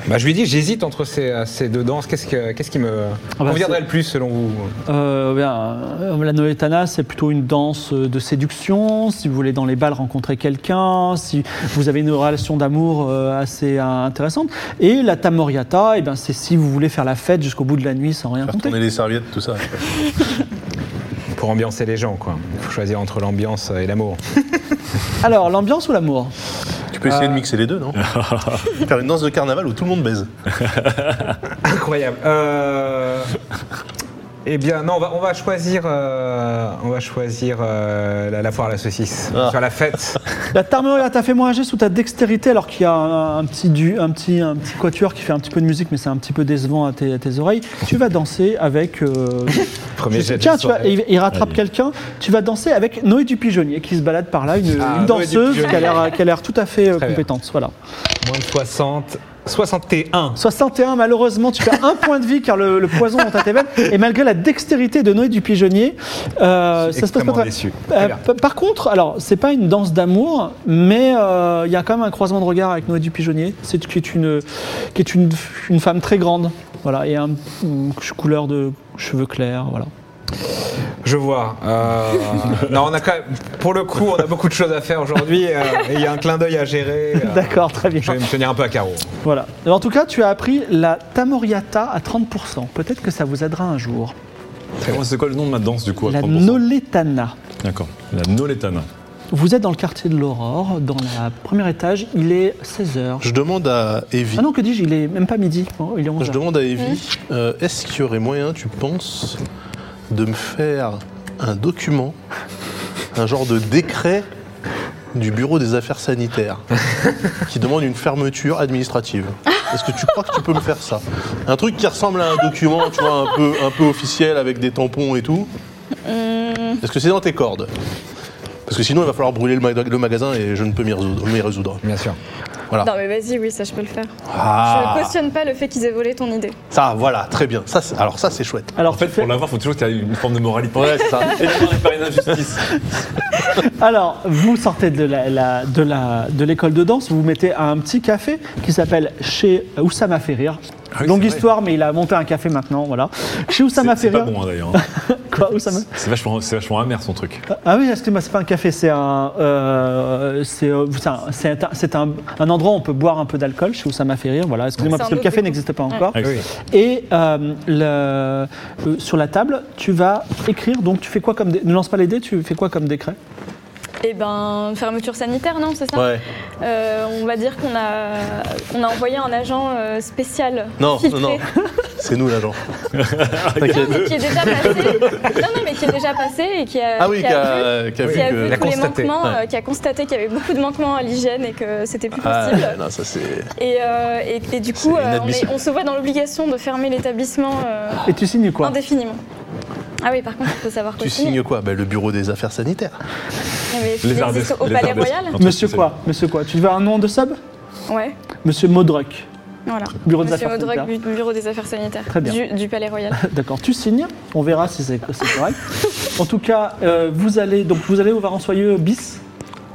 bah, je lui dis, j'hésite entre ces, euh, ces deux danses. Qu'est-ce, que- qu'est-ce qui me
bah,
conviendrait
c'est-
le plus selon vous
Euh, bien, euh, la Noletana, c'est plutôt une danse euh, de séduction. Si vous voulez dans les balles rencontrer quelqu'un, si vous avez une relation d'amour euh, assez euh, intéressante. Et la Tamoriata, eh ben, c'est si vous voulez faire la fête jusqu'au bout de la nuit sans rien
Faire
compter.
tourner les serviettes, tout ça.
Pour ambiancer les gens, quoi. Il faut choisir entre l'ambiance et l'amour.
Alors, l'ambiance ou l'amour
Tu
Ah.
peux essayer de mixer les deux, non Faire une danse de carnaval où tout le monde baise.
Incroyable. Euh, Eh bien, non, on va, on va choisir, euh, on va choisir euh, la, la foire à la saucisse.
Ah.
Faire la fête.
La Tamoriata, fais-moi un geste sous ta dextérité, alors qu'il y a un, un petit du, un, petit, un petit quatuor qui fait un petit peu de musique, mais c'est un petit peu décevant à tes, à tes oreilles. Tu vas danser avec. euh,
Premier jet de
Tiens, tu vas-
soirée.
il, il rattrape quelqu'un. Tu vas danser avec Noé du Pigeonnier qui se balade par là, une,
Ah,
une
Noé du
danseuse qui a
Pigeonnier.
l'air qui a l'air tout à fait euh,
Très bien.
compétente. Voilà.
Moins de 60. 61.
61, malheureusement, tu perds un point de vie car le, le poison monte à tes veines. Et malgré la dextérité de Noé du Pigeonnier, euh,
Je suis
ça se passe pas
extrêmement
très-
déçu.
Euh,
Très bien.
p- par contre, alors, c'est pas une danse d'amour, mais euh, il y a quand même un croisement de regard avec Noé du Pigeonnier, c'est, qui est, une, qui est une, une femme très grande. Voilà, et un, une couleur de cheveux clairs. Voilà.
Je vois. Euh, non, on a quand même, pour le coup, on a beaucoup de choses à faire aujourd'hui. euh, et Il y a un clin d'œil à gérer. euh,
D'accord, très bien.
Je vais me tenir un peu à carreau.
Voilà. Alors, en tout cas, tu as appris la Tamoriata à 30%. Peut-être que ça vous aidera un jour.
Comment- C'est quoi le nom de ma danse du coup à
La
30%?
Noletana.
D'accord. La Noletana.
Vous êtes dans le quartier de l'Aurore, dans le premier étage. Il est 16h.
Je demande à Evie.
Ah non, que dis-je Il est même pas midi. Oh, Il est 11h.
Je demande à Evie, euh, est-ce qu'il y aurait moyen, tu penses, de me faire un document, un genre de décret du bureau des affaires sanitaires qui demande une fermeture administrative. Est-ce que tu crois que tu peux me faire ça Un truc qui ressemble à un document, tu vois, un peu, un peu officiel avec des tampons et tout.
Hmm.
Est-ce que c'est dans tes cordes Parce que sinon, il va falloir brûler le, mag- le magasin et je ne peux m'y résoudre. m'y résoudre.
Bien sûr.
Ah.
Non, mais vas-y, oui, ça, je peux le faire.
Ah,
Je ne cautionne pas le fait qu'ils aient volé ton idée.
ça, voilà, très bien. Ça, c'est- alors ça, c'est chouette.
Alors,
En fait,
tu fais-
pour l'avoir, faut toujours qu'il y ait une forme de moralité.
Ouais, c'est ça.
Et tu vas réparer une injustice.
Alors, vous sortez de la, la- de la- de l'école de danse, vous vous mettez à un petit café qui s'appelle chez Oussama Ferrir.
Ah oui,
Longue
c'est vrai.
histoire, mais il a monté un café maintenant, voilà. Chez Oussama
C'est c'est
Ferrir.
pas bon hein, d'ailleurs. hein.
Quoi, Oussama
C'est vachement, c'est vachement amer son truc.
Ah oui, excuse-moi, c'est pas un café, c'est un, euh, c'est, euh, c'est un, c'est un- c'est un- un endroit où on peut boire un peu d'alcool, chez Oussama Ferrir, voilà. Excusez-moi,
C'est
parce
un
que le
autre
café
déco.
n'existe pas encore.
Ah, oui.
Et euh, le- euh, sur la table, tu vas écrire, donc tu fais quoi comme. dé- Ne lance pas les dés, tu fais quoi comme décret
Eh ben, fermeture sanitaire, non, c'est ça
Ouais.
Euh, On va dire qu'on a, on a envoyé un agent euh, spécial.
Non, non,
filtré.
non. C'est nous l'agent. T'inquiète.
Non, mais qui est déjà passé. non, non, mais qui est déjà passé et qui a,
Ah oui,
qui a
qui
vu-
a, qui a vu
qui a vu
que.
tous les
constaté,
manquements,
ouais.
euh, qui a constaté qu'il y avait beaucoup de manquements à l'hygiène et que c'était plus
Ah,
possible.
non, ça c'est.
Et, euh, et- et du coup,
C'est
euh, on, est-
inadmissible.
on se voit dans l'obligation de fermer l'établissement euh,
Et tu signes quoi
indéfiniment. Ah oui, par contre, il faut savoir que
Tu signes quoi bah, Le bureau des affaires sanitaires.
Les Ardes-
au
les
Palais
Ardes-
Royal.
un truc
Monsieur
comme ça.
quoi Monsieur quoi Tu veux un nom de sub
Ouais,
Monsieur Modruck.
voilà.
Bureau des
Monsieur
affaires
Audrey,
sanitaires.
bu- bureau des affaires sanitaires
Très bien.
Du, du Palais Royal.
D'accord, tu signes. On verra si c'est c'est correct. en tout cas, euh, vous allez donc vous allez au Varan-Soyeux bis.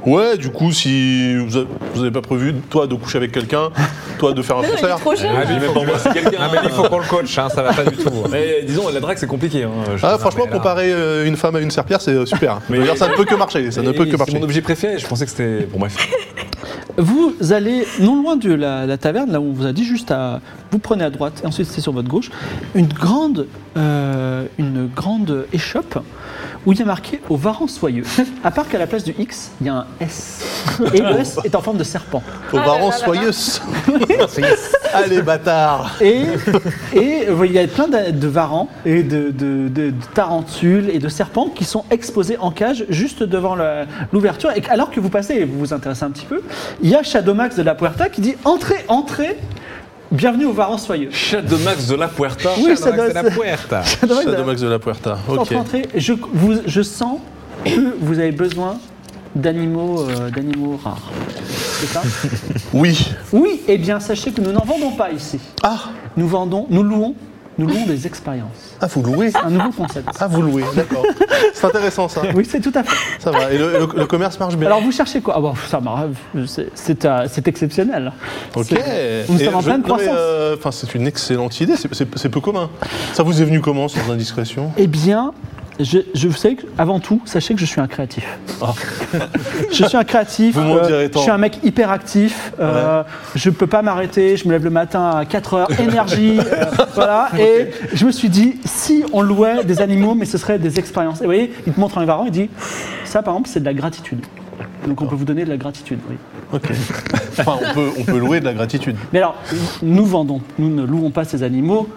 Ouais, du coup, si vous avez- vous n'avez pas prévu, toi, de coucher avec quelqu'un, toi, de faire un
Non, il est
concert.
trop jeune.
Ah, mais il faut pas embrasser quelqu'un.
Ah, mais il faut qu'on le coach, hein, ça va pas du tout.
Mais disons, la drague, c'est compliqué. hein, je-
Ah,
Non,
franchement,
mais là-
comparer euh, une femme à une serpillère, c'est euh, super.
Mais-
Je veux dire, ça ne peut que marcher. Ça ne
Et
peut que
c'est
marcher.
mon objet préféré, je pensais que c'était. Bon, bref.
Vous allez non loin de la, la taverne, là où on vous a dit juste à vous prenez à droite et ensuite c'est sur votre gauche une grande euh, une grande échoppe où il y a marqué au Varan-Soyeux. à part qu'à la place du X, il y a un S et le S est en forme de serpent.
Au
Ah,
baron
là, là, là, là.
soyeuse. Allez, bâtard.
Et, et vous voyez, il y a plein de, de varans et de, de- de- de tarentules et de serpents qui sont exposés en cage juste devant la- l'ouverture. Et que- alors que vous passez et vous vous intéressez un petit peu, il y a Shadowmax de la Puerta qui dit Entrez, entrez, bienvenue aux varans soyeux.
Shadowmax de la Puerta.
Oui, ça doit-
C'est la puerta.
Shadowmax de la-
Max de la Puerta. Ok.
Entrez, entrez. Je, vous- je sens que vous avez besoin d'animaux euh, d'animaux rares. C'est ça
Oui.
Oui, eh bien, sachez que nous n'en vendons pas ici.
Ah,
Nous vendons, nous louons, nous louons des expériences.
ah vous louez.
Un nouveau concept.
Ah, vous louez. D'accord. C'est intéressant, ça.
Oui, c'est tout à fait.
Ça va. Et le, le- le commerce marche bien.
Alors vous cherchez quoi Ah bon, ça marche, c'est- c'est euh, c'est exceptionnel.
Ok.
C'est- Nous
Et
sommes en
je-
pleine
non, mais,
croissance.
euh, Enfin, c'est une excellente idée. C'est- C'est c'est peu commun. Ça vous est venu comment, sans indiscrétion
Eh bien, je, je vous sais que- avant tout, sachez que je suis un créatif. je suis un créatif.
Ah.
euh,
Vous m'en direz
je
tant.
suis un mec hyper actif. euh, Je peux pas m'arrêter. Je me lève le matin à 4 heures, énergie. euh, voilà. Et je me suis dit, si on louait des animaux, mais ce serait des expériences. Et vous voyez, il te montre un varan et dit, ça par exemple, c'est de la gratitude. Donc on peut vous donner de la gratitude. Oui.
Ok. Enfin, on peut, on peut louer de la gratitude.
Mais alors, nous vendons, nous ne louons pas ces animaux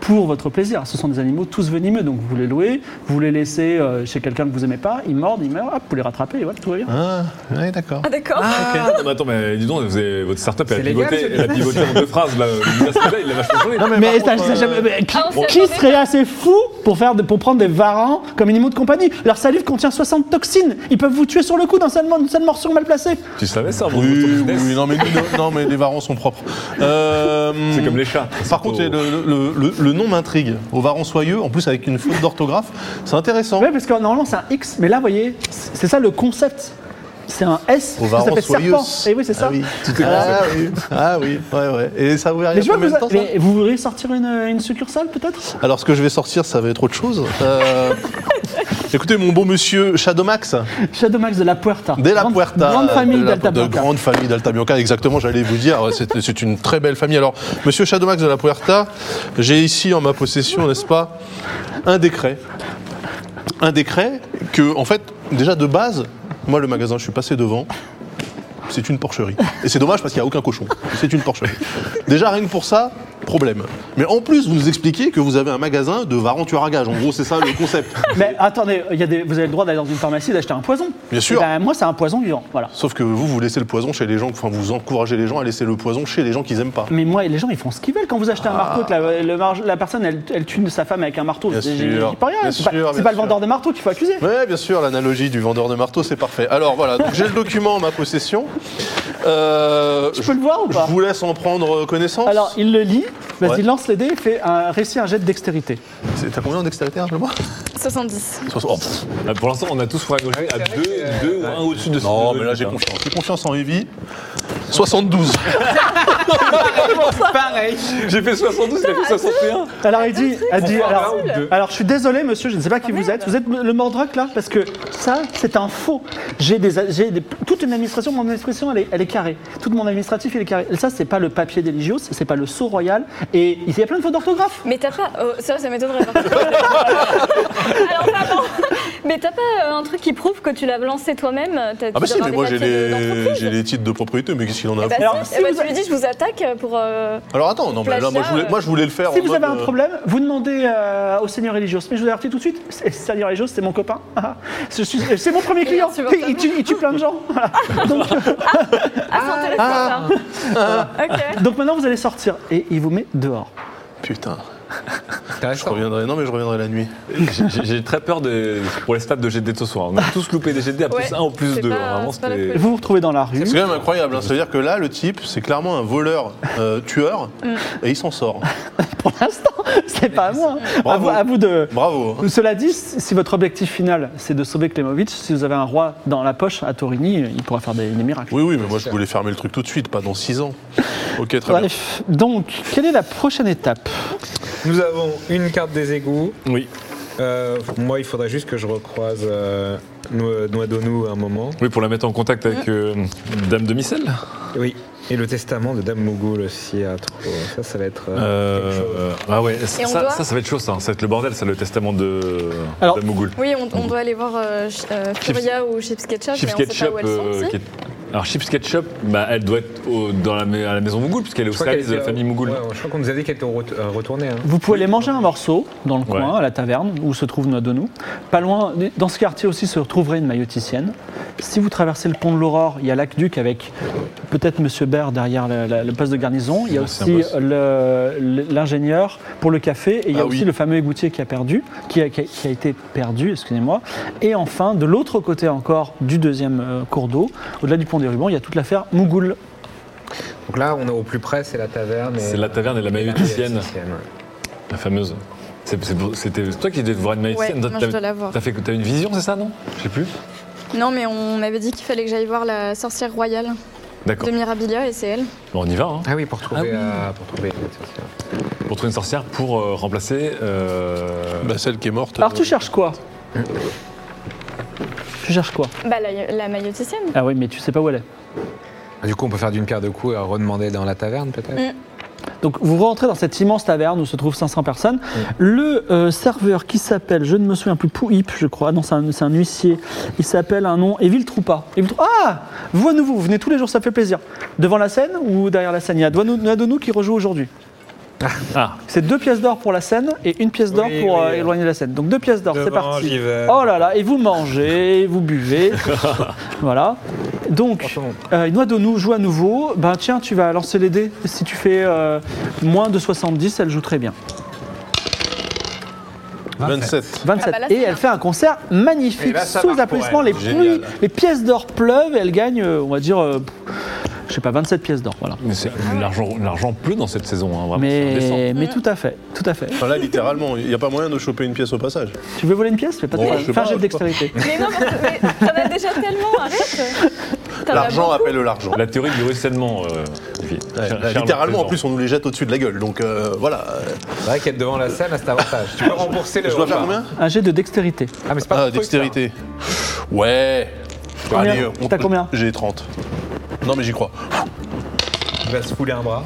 pour votre plaisir. Ce sont des animaux tous venimeux, donc vous les louez, vous les laissez euh, chez quelqu'un que vous aimez pas, ils mordent, ils meurent, hop, vous les rattrapez, et voilà, tout va bien.
Ah, ouais, d'accord.
Ah d'accord.
Ah, mais attends, mais dis donc, vous avez- votre startup, elle a
C'est légal,
pivoté,
ce
elle a pivoté en deux phrases. Là, Le business model, il a vachement changé.
mais euh, ça- ça- jamais- mais qui,
Ah, on s'y
qui
attendait
serait assez fou pour, faire de- pour prendre des varans comme animaux de compagnie Leur salive contient 60 toxines, ils peuvent vous tuer sur le coup d'un seul, d'une seule morsure mal placée.
Tu savais ça, mon
Ah, Oui,
ton
oui,
business
oui, non mais, nous, non, mais les varans sont propres. Euh,
C'est comme les chats.
Par contre, le, le- le- le nom m'intrigue. Au varan soyeux, en plus avec une faute d'orthographe, c'est intéressant.
Ouais, parce que normalement c'est un X, mais là, vous voyez, c'est ça le concept. C'est un S,
Au
ça
varan
s'appelle
soyeux.
serpent. Et oui, c'est ça.
Ah oui, ah, oui. Ah oui, ouais, ouais. Et ça a ouvert
Mais
il
je
y a
vois que
combien
vous,
de temps ça
mais vous voudriez sortir une, une succursale peut-être
Alors ce que je vais sortir, ça va être autre chose. Euh, Écoutez, mon bon monsieur Shadowmax,
Shadowmax de la Puerta.
de la
grande,
Puerta. euh,
Grande famille
de la-
d'Alta
De
Blanca.
grande famille d'Alta Bianca, exactement, j'allais vous dire. C'est c'est une très belle famille. Alors, monsieur Shadowmax de la Puerta, j'ai ici en ma possession, n'est-ce pas, un décret. Un décret que, en fait, déjà de base, moi, le magasin, je suis passé devant. C'est une porcherie. Et c'est dommage parce qu'il n'y a aucun cochon. C'est une porcherie. Déjà, rien que pour ça, problème. Mais en plus, vous nous expliquez que vous avez un magasin de varant tueur à gage. En gros, c'est ça le concept.
Mais attendez, il y a des- vous avez le droit d'aller dans une pharmacie et d'acheter un poison.
Bien sûr.
Eh ben, moi, c'est un poison vivant. Voilà.
Sauf que vous, vous laissez le poison chez les gens, enfin, vous encouragez les gens à laisser le poison chez les gens qu'ils aiment pas.
Mais moi, les gens, ils font ce qu'ils veulent. Quand vous achetez un
Ah.
marteau, que la, le marge- la personne, elle, elle tue sa femme avec un marteau.
Bien
j'ai-
sûr.
j'ai pas rien.
Bien
C'est pas,
sûr,
c'est
bien
pas le
sûr.
vendeur de marteau qu'il faut accuser.
Ouais, bien sûr, l'analogie du vendeur de marteau, c'est parfait. Alors voilà, donc j'ai le document en ma possession. Euh,
Je peux le voir ou
je
pas
vous laisse en prendre connaissance.
Alors, il le lit. Vas-y,
Ouais.
lance les dés et fait un récit, un jet de dextérité.
C'est- T'as combien en dextérité, hein, je le vois
70.
Oh, pff.
Ah, Pour l'instant, on a tous fragolé à deux, deux
euh,
ou un au-dessus de ce
Non,
de-
mais là j'ai
hein.
confiance. J'ai confiance en Evie. Ah, 72.
Ah,
Pareil.
J'ai fait 72, il a fait 61.
Alors, elle dit, elle dit
Pourquoi
alors,
un ou deux
alors, je suis désolé, monsieur, je ne sais pas qui vous êtes. Vous êtes le Mordroc, là Parce que ça, c'est un faux. J'ai des, j'ai des- toute une administration, mon administration, elle est, elle est carrée. Tout mon administratif, il est carré. Ça, c'est pas le papier des Ligios, c'est pas le sceau royal. Et il y a plein de fautes d'orthographe.
Mais t'as pas. oh, ça, ça m'étonnerait. par contre. hein. Alors pardon.
Mais t'as pas euh, un truc qui prouve que tu l'as lancé toi-même T'as-
Ah
tu
bah
dois
si,
avoir
mais
des
moi j'ai
papiers de-
les,
d'entreprise.
j'ai les titres de propriété, mais qu'est-ce qu'il en a
Eh
à
bah,
foutre
Alors,
si,
si
eh bah,
vous
tu lui dis, je vous attaque pour. euh,
Alors attends, non, mais là, moi, je voulais, moi je voulais le faire.
Si
en
vous
mode,
avez un
euh,
problème, vous demandez euh, au seigneur religieux. Mais je vous avertis tout de suite, c'est- seigneur religieux, c'est mon copain. Ah, je suis- C'est mon premier client.
insupportable.
Il tue, il tue plein de gens. Voilà. donc,
Ah, c'est intéressant ça. Ok.
donc maintenant, vous allez sortir et il vous met dehors.
euh, Putain, je
Intéressant.
reviendrai. Non, mais je reviendrai la nuit.
J'ai- J'ai très peur de- pour les stats de GD de ce soir. On a tous loupé des GD à plus
Ouais,
1 ou plus
c'est
2.
pas-
Vraiment,
c'est pas la
c'était-
Vous vous retrouvez dans la rue.
C'est quand même incroyable. hein. Ça veut dire que là, le type, c'est clairement un voleur euh, tueur
Mm.
et il s'en sort.
Pour l'instant, c'est pas à moi. À
Bravo.
vous, à vous de.
Bravo. hein.
Cela dit, si votre objectif final c'est de sauver Klemovic, si vous avez un roi dans la poche à Torini, il pourra faire des, des miracles.
Oui, oui, mais moi je voulais fermer le truc tout de suite, pas dans 6 ans. Ok, très bien.
Bref, donc quelle est la prochaine étape
Nous avons une carte des égouts.
Oui.
Euh, moi, il faudrait juste que je recroise euh, No- Noadonou à un moment.
Oui, pour la mettre en contact
Mm.
avec euh, Dame de Micelle.
Oui. Et le testament de Dame Mougoul aussi à trop. Ça, ça va être. euh,
Euh, ah ouais, ça,
on doit-
ça, ça va être chaud, ça. Ça va être le bordel, ça, le testament de
Alors-
Dame Mougoul.
Oui, on, on doit aller voir euh, Ch- euh, Furia ou Chips Ketchup,
Chips
mais on sait pas
Ketchup.
où elles sont.
euh,
si
qui est- Alors, Chips Ketchup, bah, elle doit être au- dans la, ma- à la maison Mougoul, puisqu'elle est au
je crois qu'elle
service de la
était-
famille Mougoul.
Ouais, je crois qu'on nous a dit qu'elle était ret- euh, retournée. hein.
Vous pouvez aller manger un morceau dans le
Ouais.
coin, à la taverne, où se trouve Noadonou. Pas loin, dans ce quartier aussi se retrouverait une mailloticienne. Si vous traversez le pont de l'Aurore, il y a l'aqueduc avec peut-être Monsieur Baird derrière la- la- le poste de garnison. Il y a
Ah, c'est
aussi
un poste.
le- le- l'ingénieur pour le café. Et il y a
Ah oui.
aussi le fameux égoutier qui a perdu, qui a, qui a- qui a été perdu, excusez-moi. Et enfin, de l'autre côté encore du deuxième euh, cours d'eau, au-delà du pont des rubans, il y a toute l'affaire Mougoul.
Donc là, on est au plus près, c'est la taverne. et-
C'est la taverne et la mailloticienne, la fameuse. C'est c'est pour- C'était c'est toi qui devais voir une mailloticienne.
Ouais, moi, je dois la voir.
T'as fait- t'as une vision, c'est ça, non Je sais plus.
Non, mais on m'avait dit qu'il fallait que j'aille voir la sorcière royale
D'accord.
de Mirabilia et c'est elle.
Bon, on y va, hein.
Ah oui, pour trouver.
Ah oui.
euh, pour trouver une sorcière.
Pour trouver une sorcière pour euh, remplacer. euh,
Bah, celle qui est morte.
Alors tu cherches quoi Tu cherches quoi
Bah, la, la mailloticienne.
Ah oui, mais tu sais pas où elle est.
Ah, Du coup, on peut faire d'une pierre deux coups et redemander dans la taverne, peut-être.
Donc vous rentrez dans cette immense taverne où se trouvent 500 personnes. Le euh, serveur qui s'appelle, je ne me souviens plus, Pouhip, je crois, non, c'est un, c'est un huissier, il s'appelle un nom, Evil Troupa. Evil Troupa- Ah Vous à nouveau, vous venez tous les jours, ça fait plaisir. Devant la scène ou derrière la scène Il y a Douanou- Nadonou qui rejoue aujourd'hui.
Ah,
C'est deux pièces d'or pour la scène et une pièce d'or
Oui,
pour
oui,
euh,
oui.
éloigner la scène. Donc deux pièces d'or, c'est
Devant,
parti.
j'y vais.
Oh là là, et vous mangez, et vous buvez. voilà. Donc,
Franchement.
euh, Noix de nous joue à nouveau. Ben tiens, tu vas lancer les dés. Si tu fais euh, moins de 70, elle joue très bien.
euh, 27.
27.
Ah bah là,
et
c'est
elle
bien.
fait un concert
Et
Eh ben,
magnifique.
là, ça marche
Sous
pour
applaudissements,
elle.
les,
Génial.
pluies- les pièces d'or pleuvent. Elle gagne, euh, on va dire, euh, je sais pas, 27 pièces d'or. Voilà.
mais c'est- l'argent l'argent pleut dans cette saison,
Ah,
hein, vraiment. c'est indécent.
Mais,
Mm.
mais tout à fait, tout à fait.
Enfin, là, littéralement, il n'y a pas moyen de choper une pièce au passage.
Tu veux voler une pièce Fais pas de
Bon,
problème.
je sais
Fais un
pas,
jet de
je sais pas.
dextérité.
Mais non, mais t'en as déjà tellement, arrête T'en as
L'argent appelle l'argent.
La théorie du ruissellement. euh, Sophie.
Ouais,
Cher-
là,
Charles
littéralement, en
Plaisant.
plus, on nous les jette au-dessus de la gueule. Donc euh, voilà. Euh,
C'est vrai qu'être devant la scène a cet avantage. Tu peux rembourser le.
Je dois faire
repas.
combien
Un jet de dextérité.
Ah, mais c'est pas
Ah,
ton truc,
dextérité. Ouais.
Combien
euh,
T'as combien
J'ai 30. Non, mais j'y crois.
ça. Il va se fouler un bras.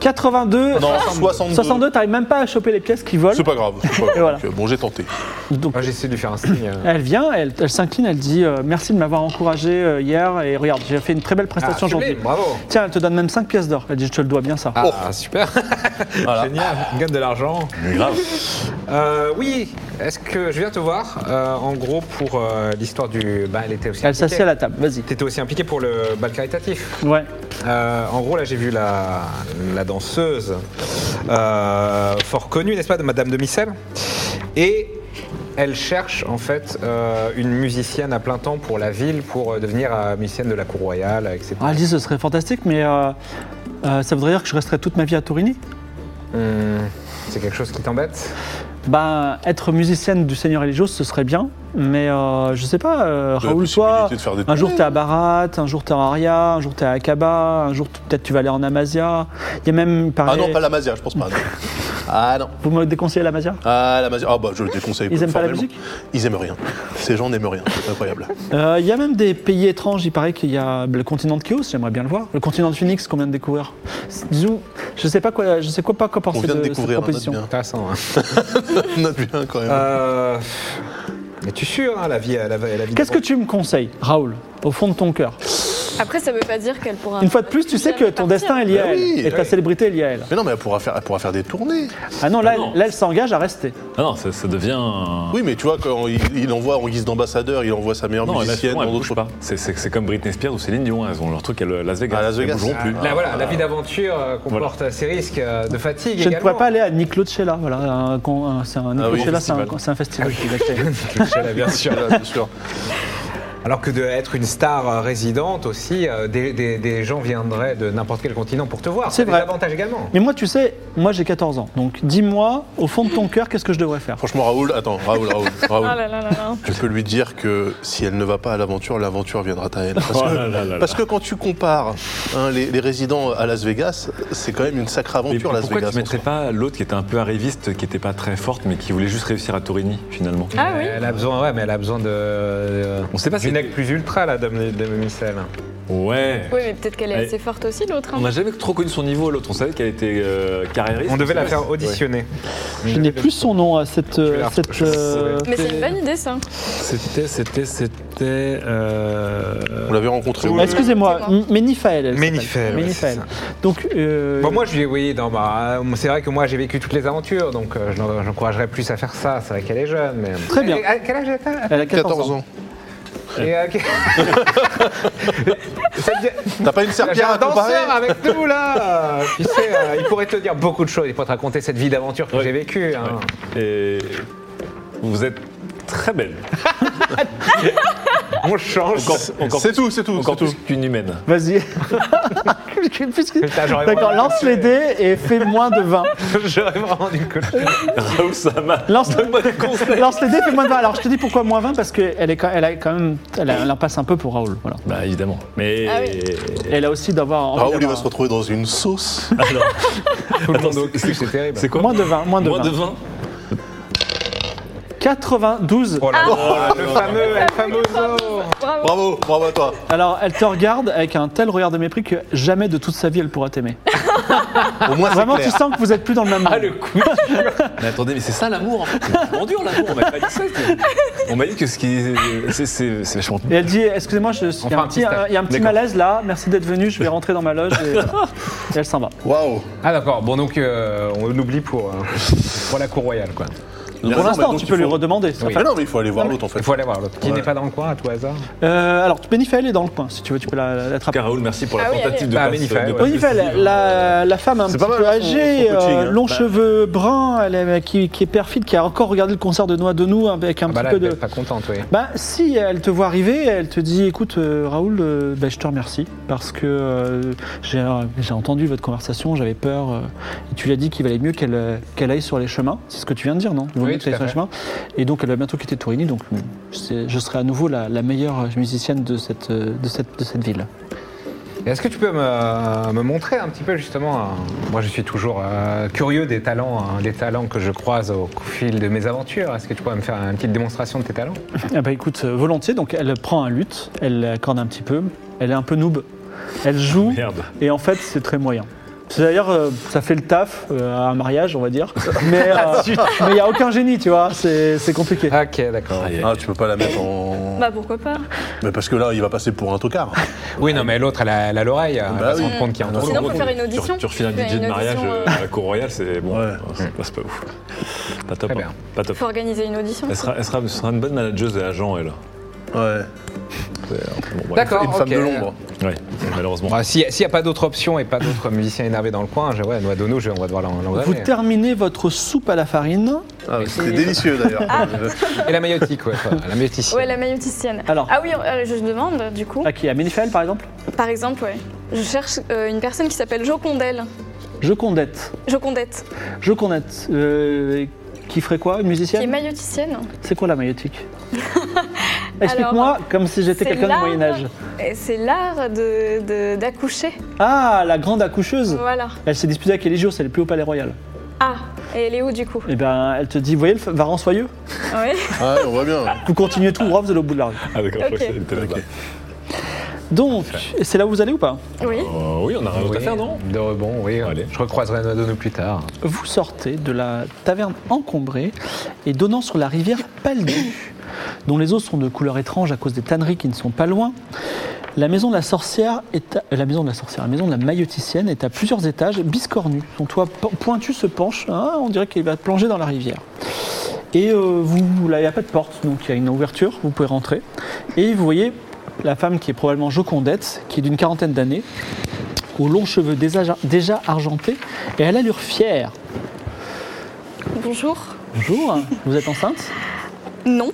82.
Non, 62.
62, t'arrives même pas à choper les pièces qui volent.
C'est pas grave. c'est pas grave.
Et voilà.
Donc, euh, Bon, j'ai tenté.
Donc,
Moi, j'essaie de lui faire un signe. euh.
elle vient, elle, elle s'incline, elle dit euh, merci de m'avoir encouragé euh, hier et regarde, j'ai fait une très belle
Ah,
prestation
sublime,
aujourd'hui.
Bravo.
Tiens, elle te donne même 5 pièces d'or. Elle dit je te le dois bien ça.
Oh.
Ah, super. Génial. On gagne de l'argent.
Mais grave.
Euh, oui, est-ce que je viens te voir euh, en gros pour euh, l'histoire du. Bah, elle était aussi.
Elle
impliquée.
s'assied à la table. Vas-y.
T'étais aussi impliqué pour le bal caritatif.
Ouais.
Euh, en gros, là, j'ai vu la, la danseuse euh, fort connue, n'est-ce pas, de Madame de Micelle. Et elle cherche en fait euh, une musicienne à plein temps pour la ville, pour euh, devenir euh, musicienne de la cour royale, etc.
Ah, elle dit ce serait fantastique, mais euh, euh, ça voudrait dire que je resterais toute ma vie à Torini.
Hum, c'est quelque chose qui t'embête
Bah, être musicienne du Seigneur Eligios, ce serait bien, mais euh, je sais pas, euh,
La
Raoul, toi,
possibilité de faire des
un jour t'es à Barat, un jour t'es à Aria, un jour t'es à Akaba, un jour t- peut-être tu vas aller en Amazia. Il y a même,
Ah
pareil,
non, pas la Mazia, je pense pas. non. Ah non.
vous me déconseillez la Mazia
Ah la Mazia. Ah bah, je le déconseille.
Ils aiment pas la
formellement.
musique
Ils aiment rien. Ces gens n'aiment rien. C'est incroyable.
Euh, Il y a même des pays étranges. Il paraît qu'il y a le continent de Chaos, j'aimerais bien le voir. Le continent de Phoenix qu'on vient de découvrir. C'est- Disons, je sais pas quoi, je sais quoi pas quoi penser
On vient de hein,
de, cette
hein.
Euh.
découvrir un autre
proposition.
bien.
Intéressant. hein.
Note bien quand même.
Euh, Mais tu es sûr, hein, la vie, la, la- la vie.
Qu'est-ce que tu me conseilles, Raoul, au fond de ton cœur
Après, ça veut pas dire qu'elle pourra.
Bah,
Une fois de plus, tu sais que ton destin est lié à
Ah
elle
oui,
et ta
oui.
célébrité est liée à elle.
Mais non, mais elle pourra faire, elle pourra faire des tournées.
Ah non, là,
non.
là elle s'engage à rester.
Ah non, ça, ça devient. un-
Oui, mais tu vois, quand il, il envoie en guise d'ambassadeur, il envoie sa meilleure
Non, elles
musicienne
font,
dans
elles
d'autres
bougent pas. C'est- C'est c'est comme Britney Spears ou Céline Dion, elles ont leur truc à Las Vegas.
À Las Vegas.
Elles bougeront plus.
Là, voilà, la vie d'aventure euh, comporte ses risques euh, de
Ah.
fatigue
Je ne
également.
pourrais pas aller à Niclo de Cella, voilà. un con- un- C'est un, Niclo
Ah oui,
de Cella, c'est un,
festival. Ah
c'est un festival. exactement.
Michel, bien sûr.
Là, bien sûr.
Alors que d'être une star euh, résidente aussi, euh, des, des- des gens viendraient de n'importe quel continent pour te voir.
C'est
T'as des
vrai.
avantages également.
Mais moi, tu sais, moi j'ai 14 ans. Donc dis-moi, au fond de ton cœur, qu'est-ce que je devrais faire
Franchement, Raoul, attends, Raoul, Raoul, Raoul.
Ah là là là là.
Je peux lui dire que si elle ne va pas à l'aventure, l'aventure viendra à elle. Parce que,
Oh là là là là.
parce que quand tu compares hein, les, les résidents à Las Vegas, c'est quand même une sacrée
Mais
aventure, Las
pourquoi
Vegas.
tu mettrais pas l'autre qui était un peu arriviste, qui était pas très forte, mais qui voulait juste réussir à Torini finalement
Ah oui.
Elle a besoin, ouais, mais elle a besoin de.
On sait pas si-
D'une aigle plus ultra, la dame, dame Micelle.
Ouais.
Oui, mais peut-être qu'elle est
Ouais.
assez forte aussi, l'autre. hein.
On n'a jamais trop connu son niveau l'autre. On savait qu'elle était euh, carriériste.
On devait la faire
audition.
auditionner.
Je n'ai plus son nom à cette.
vais la-
cette,
je-
euh,
Mais c'est une bonne idée, ça.
C'était, c'était, c'était. euh,
On l'avait rencontré. au-
Bah, Excusez-moi,
C'est
M- Ménifaël. elle
Ménifaël,
s'appelle.
ouais,
Ménifaël.
c'est
Donc. euh,
Bon, moi, je lui ai, oui, non, bah, euh, c'est vrai que moi, j'ai vécu toutes les aventures, donc euh, je l'en- j'encouragerais plus à faire ça. C'est vrai qu'elle est jeune, mais.
Très bien.
Et, à quel âge elle
Elle a 14,
14
ans.
ans.
a Et, euh, que- Ça devient-
T'as pas une
J'ai
serpillère
un
à comparer
danseur avec nous là Tu sais, euh, il pourrait te dire beaucoup de choses, il pourrait te raconter cette vie d'aventure que
Ouais.
j'ai vécue. hein.
Et vous êtes très belle.
On change.
C'est tout, c'est tout,
Encore
c'est
plus
tout.
qu'une humaine.
Vas-y. Puisque-
Putain, j'aurais
D'accord,
vraiment-
lance les dés et fais moins de 20.
J'aurais vraiment dû que
Raoul Sama.
Lance-
Donne-moi des conseils.
Lance les dés, fais moins de 20. Alors je te dis pourquoi moins 20 parce qu'elle est quand- elle a quand même, elle, a- elle en passe un peu pour Raoul. Voilà.
Bah évidemment. Mais
Ah
Et elle a aussi d'avoir. envie
Raoul, il va
d'avoir-
se retrouver dans une sauce.
alors,
tout le monde
Attends,
au cul, c'est terrible.
Ah c'est quoi
Moins de 20, moins de
Moins
20.
de 20
92.
Oh là là,
Ah.
le fameux, le fameux zoo.
Bravo.
Bravo, bravo à toi.
Alors elle te regarde avec un tel regard de mépris que jamais de toute sa vie elle pourra t'aimer.
Au moins, c'est
Vraiment, tu
clair.
sens que vous êtes plus dans le même monde.
Ah le coup Mais attendez, mais c'est ça l'amour en fait. C'est vraiment dur l'amour, on m'a pas dit ça. c'est- On m'a dit que ce qui est- c'est- c'est c'est vachement...
Et elle dit Excusez-moi, je- il y
fera
a
un
un petit,
petit stage.
il y a un petit
D'accord.
malaise là, merci d'être venu, je vais rentrer dans ma loge. Et, voilà. Et elle s'en va.
Waouh.
Ah d'accord, bon donc euh, on l'oublie pour, euh, pour la cour royale quoi.
Mais
Pour
non, mais
l'instant,
donc
tu
il
peux lui
faut-
redemander. ça
Mais
fait-
non, mais il faut aller voir l'autre en fait.
Il faut aller voir l'autre. Qui
Ouais.
n'est pas dans le coin à tout hasard
Euh, alors, Benifel est dans le coin, si tu veux, tu peux la- l'attraper.
Car Raoul, merci pour la
Ah oui,
tentative
allez.
de
Bah,
passe-
magnifique,
de
ouais.
passe
Bonifel,
décisive.
la, la femme un petit
pas mal,
peu
son-
âgée,
son coaching,
euh,
hein.
longs
Bah.
cheveux bruns, elle est- qui, qui est perfide, qui a encore regardé le concert de Noix de Nous hein, avec un
Ah bah
petit
là,
peu de.
elle est pas contente, oui.
Bah, si elle te voit arriver, elle te dit écoute euh, Raoul, euh, bah, je te remercie parce que euh, j'ai euh, j'ai entendu votre conversation, j'avais peur. euh, et tu l'as dit qu'il valait mieux qu'elle euh, qu'elle aille sur les chemins. C'est ce que tu viens de dire, non Il vaut
Oui,
mieux
tout
qu'elle
à
aille sur les
fait.
chemins. Et donc elle va bientôt quitter Torini, donc euh, c'est- je serai à nouveau la, la meilleure musicienne de cette, euh, de cette, de cette ville.
Et Est-ce que tu peux me, me montrer un petit peu justement euh, Moi, je suis toujours euh, curieux des talents, hein, des talents que je croise au fil de mes aventures. Est-ce que tu pourrais me faire une petite démonstration de tes talents
Ah bah écoute, euh, volontiers, donc elle prend un luth, elle accorde un petit peu, elle est un peu noob, elle joue.
Merde.
Et en fait, c'est très moyen. C'est D'ailleurs, euh, ça fait le taf euh, à un mariage, on va dire. Mais euh, mais il n'y a aucun génie, tu vois. C'est c'est compliqué.
Ok, d'accord.
Aïe, aïe.
Ah, tu peux pas la mettre en.
Bah pourquoi pas
Mais parce que là, il va passer pour un tocard.
Oui, non, mais l'autre, elle a elle a l'oreille. hein, Elle va se rendre
Bah oui.
compte qu'il y a un trou.
Sinon, on peut faire une audition.
Tu, tu refiles un
Tu fais
DJ
une
de mariage
audition,
euh,
euh,
à la cour royale, c'est bon.
Ouais.
c'est pas- c'est pas ouf. Pas top.
Très
hein.
bien.
Pas top.
Faut organiser une audition.
Bah,
Elle sera, elle sera, ce sera une bonne manageuse et agent, elle.
Ouais.
Bon, bref.
D'accord,
Une femme
Oh, ok.
de l'ombre.
Ouais, malheureusement.
Bon, bah, S'il n'y a pas d'autre option et pas d'autres musiciens énervés dans le coin, je, ouais, noix de nous, je- on va devoir l'en-
Vous
l'engraver.
terminez votre soupe à la farine.
Ah, C'était délicieux d'ailleurs.
Et la maillotique, ouais, enfin, la mailloticienne.
Ouais, la mailloticienne.
Alors.
Ah oui, euh, je demande, du coup.
À qui À Ménifaël, par exemple
Par exemple, ouais. Je cherche euh, une personne qui s'appelle Jocondelle.
Jocondette.
Jocondette,
Jocondette. euh, qui ferait quoi Une
qui est
musicienne
mailloticienne.
C'est quoi la maïotique Explique-moi comme si j'étais
c'est
quelqu'un du
l'art-
Moyen-Âge.
Et c'est l'art de- de- d'accoucher.
Ah, la grande accoucheuse
voilà.
Elle s'est disputée avec Eligio, c'est le plus haut palais royal.
Ah, et elle est où, du coup
Eh bien, elle te dit, voyez le f- Varan soyeux
Ouais.
Ouais, Ah, on voit bien.
Vous continuez tout droit, vous allez au bout de la rue.
Ah, d'accord, je crois
Ok.
que c'est- t'es là-bas.
Donc, c'est là où vous allez ou pas
Oui.
Euh, oui, on a rien
Oui,
d'autre à faire, non
De rebond, oui.
Allez.
Je recroiserai noix de nous plus tard.
Vous sortez de la taverne encombrée et donnant sur la rivière Paldu. dont les eaux sont de couleur étrange à cause des tanneries qui ne sont pas loin. La maison de la sorcière est à- euh, la maison de la sorcière, la maison de la mailloticienne est à plusieurs étages, biscornue. Son toit po- pointu se penche, Ah, on dirait qu'il va plonger dans la rivière. Et euh, vous, là, il n'y a pas de porte, donc il y a une ouverture, vous pouvez rentrer. Et vous voyez la femme qui est probablement Jocondette, qui est d'une quarantaine d'années, aux longs cheveux déjà, déjà argentés, et à l'allure fière.
Bonjour.
Bonjour, vous êtes enceinte
Non,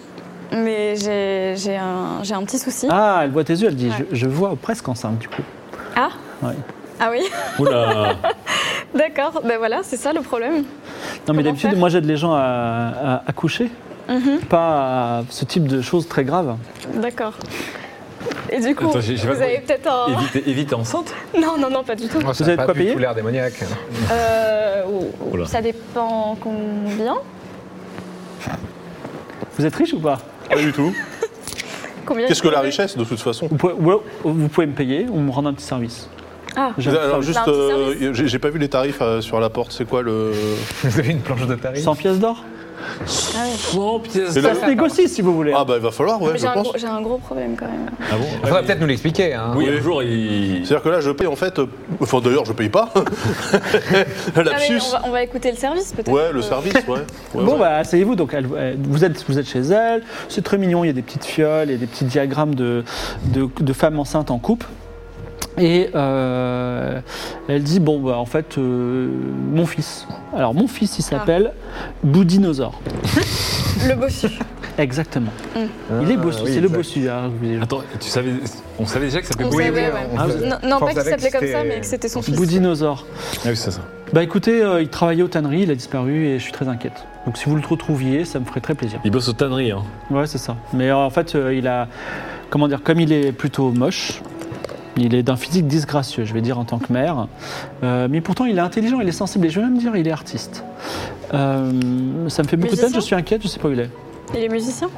mais j'ai j'ai un, j'ai un petit souci.
Ah, elle voit tes yeux, elle dit
Ouais.
je, je vois presque enceinte du coup.
Ah,
Ouais.
ah oui,
Oula
d'accord. Ben voilà, c'est ça le problème.
Non mais d'habitude, moi j'aide les gens à, à- à coucher,
Mhm,
pas à ce type de choses très graves.
D'accord. Et du coup,
Attends, j'ai- j'ai pas
vous avez peut-être un...
Évite enceinte
Non, non, non, pas du tout.
ça a pas du tout l'air démoniaque. hein.
Euh,
Oula.
Ça dépend combien
Vous êtes riche ou pas
Pas du tout.
Combien
Qu'est-ce que la richesse, de toute façon
vous pouvez, ouais, vous pouvez me payer ou me rendre un petit service.
Ah,
J'ai un
Alors
petit
juste,
service.
euh, j'ai j'ai pas vu les tarifs euh, sur la porte. C'est quoi le
Vous avez une planche de tarifs
100 pièces d'or
100 pièces
Ça se négocie si vous voulez.
Ah bah il va falloir, ouais,
Mais
je
j'ai, un
pense.
gros, j'ai un gros problème quand même.
Ah bon
Il faudrait peut-être nous l'expliquer. hein.
Oui, un jour, il...
C'est-à-dire que là, je paye en fait. euh, Enfin, d'ailleurs, je paye pas.
Ah, mais
Lapsus.
on, va, on va écouter le service peut-être.
Ouais, le
Euh,
service, ouais. Ouais,
bon,
ouais.
bah, asseyez-vous. Donc, elle- elle- vous, êtes, vous êtes chez elle. C'est très mignon. Il y a des petites fioles, il y a des petits diagrammes de, de, de femmes enceintes en couple. Et euh, elle dit Bon, bah, en fait, euh, mon fils. Alors, mon fils, il s'appelle Boudinosaure.
Le bossu.
Exactement. Il est
Ah,
bossu. c'est le bossu. hein, vous-
Attends, tu savais... on savait déjà que ça s'appelait
On savait, ouais.
Ah, vous-
Non, non, pas
Force
qu'il s'appelait
avec,
comme ça,
c'était-
mais que c'était son fils.
Boudinosaure.
Ah oui, c'est ça.
Bah, écoutez, euh, il travaillait aux tanneries, il a disparu et je suis très inquiète. Donc, si vous le retrouviez, ça me ferait très plaisir.
Il bosse aux tanneries, hein.
Ouais, c'est ça. Mais euh, en fait, euh, il a. Comment dire Comme il est plutôt moche, il est d'un physique disgracieux, je vais dire, en tant que maire. Euh, mais pourtant, il est intelligent, il est sensible et je vais même dire, il est artiste. Euh, ça me fait beaucoup de peine,
Musicien
je suis inquiète, je sais pas où il est.
Il est musicien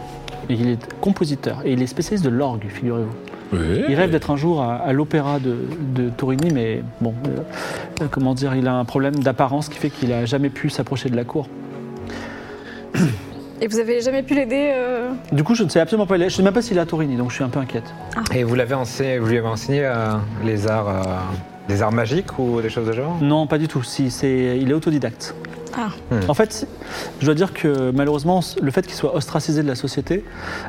Et il est compositeur et il est spécialiste de l'orgue, figurez-vous.
Oui.
Il rêve d'être un jour à, à l'opéra de, de Torini, mais bon, euh, euh, comment dire, il a un problème d'apparence qui fait qu'il a jamais pu s'approcher de la cour.
Et vous avez jamais pu l'aider euh,
Du coup, je ne sais absolument pas, où il est. je ne sais même pas s'il est à Torini, donc je suis un peu inquiète.
Et vous l'avez enseigné, vous lui avez enseigné euh, les arts, euh, des arts magiques ou des choses de genre
Non, pas du tout. Si, c'est, il est autodidacte.
Ah.
Hmm.
En fait, je dois dire que malheureusement, le fait qu'il soit ostracisé de la société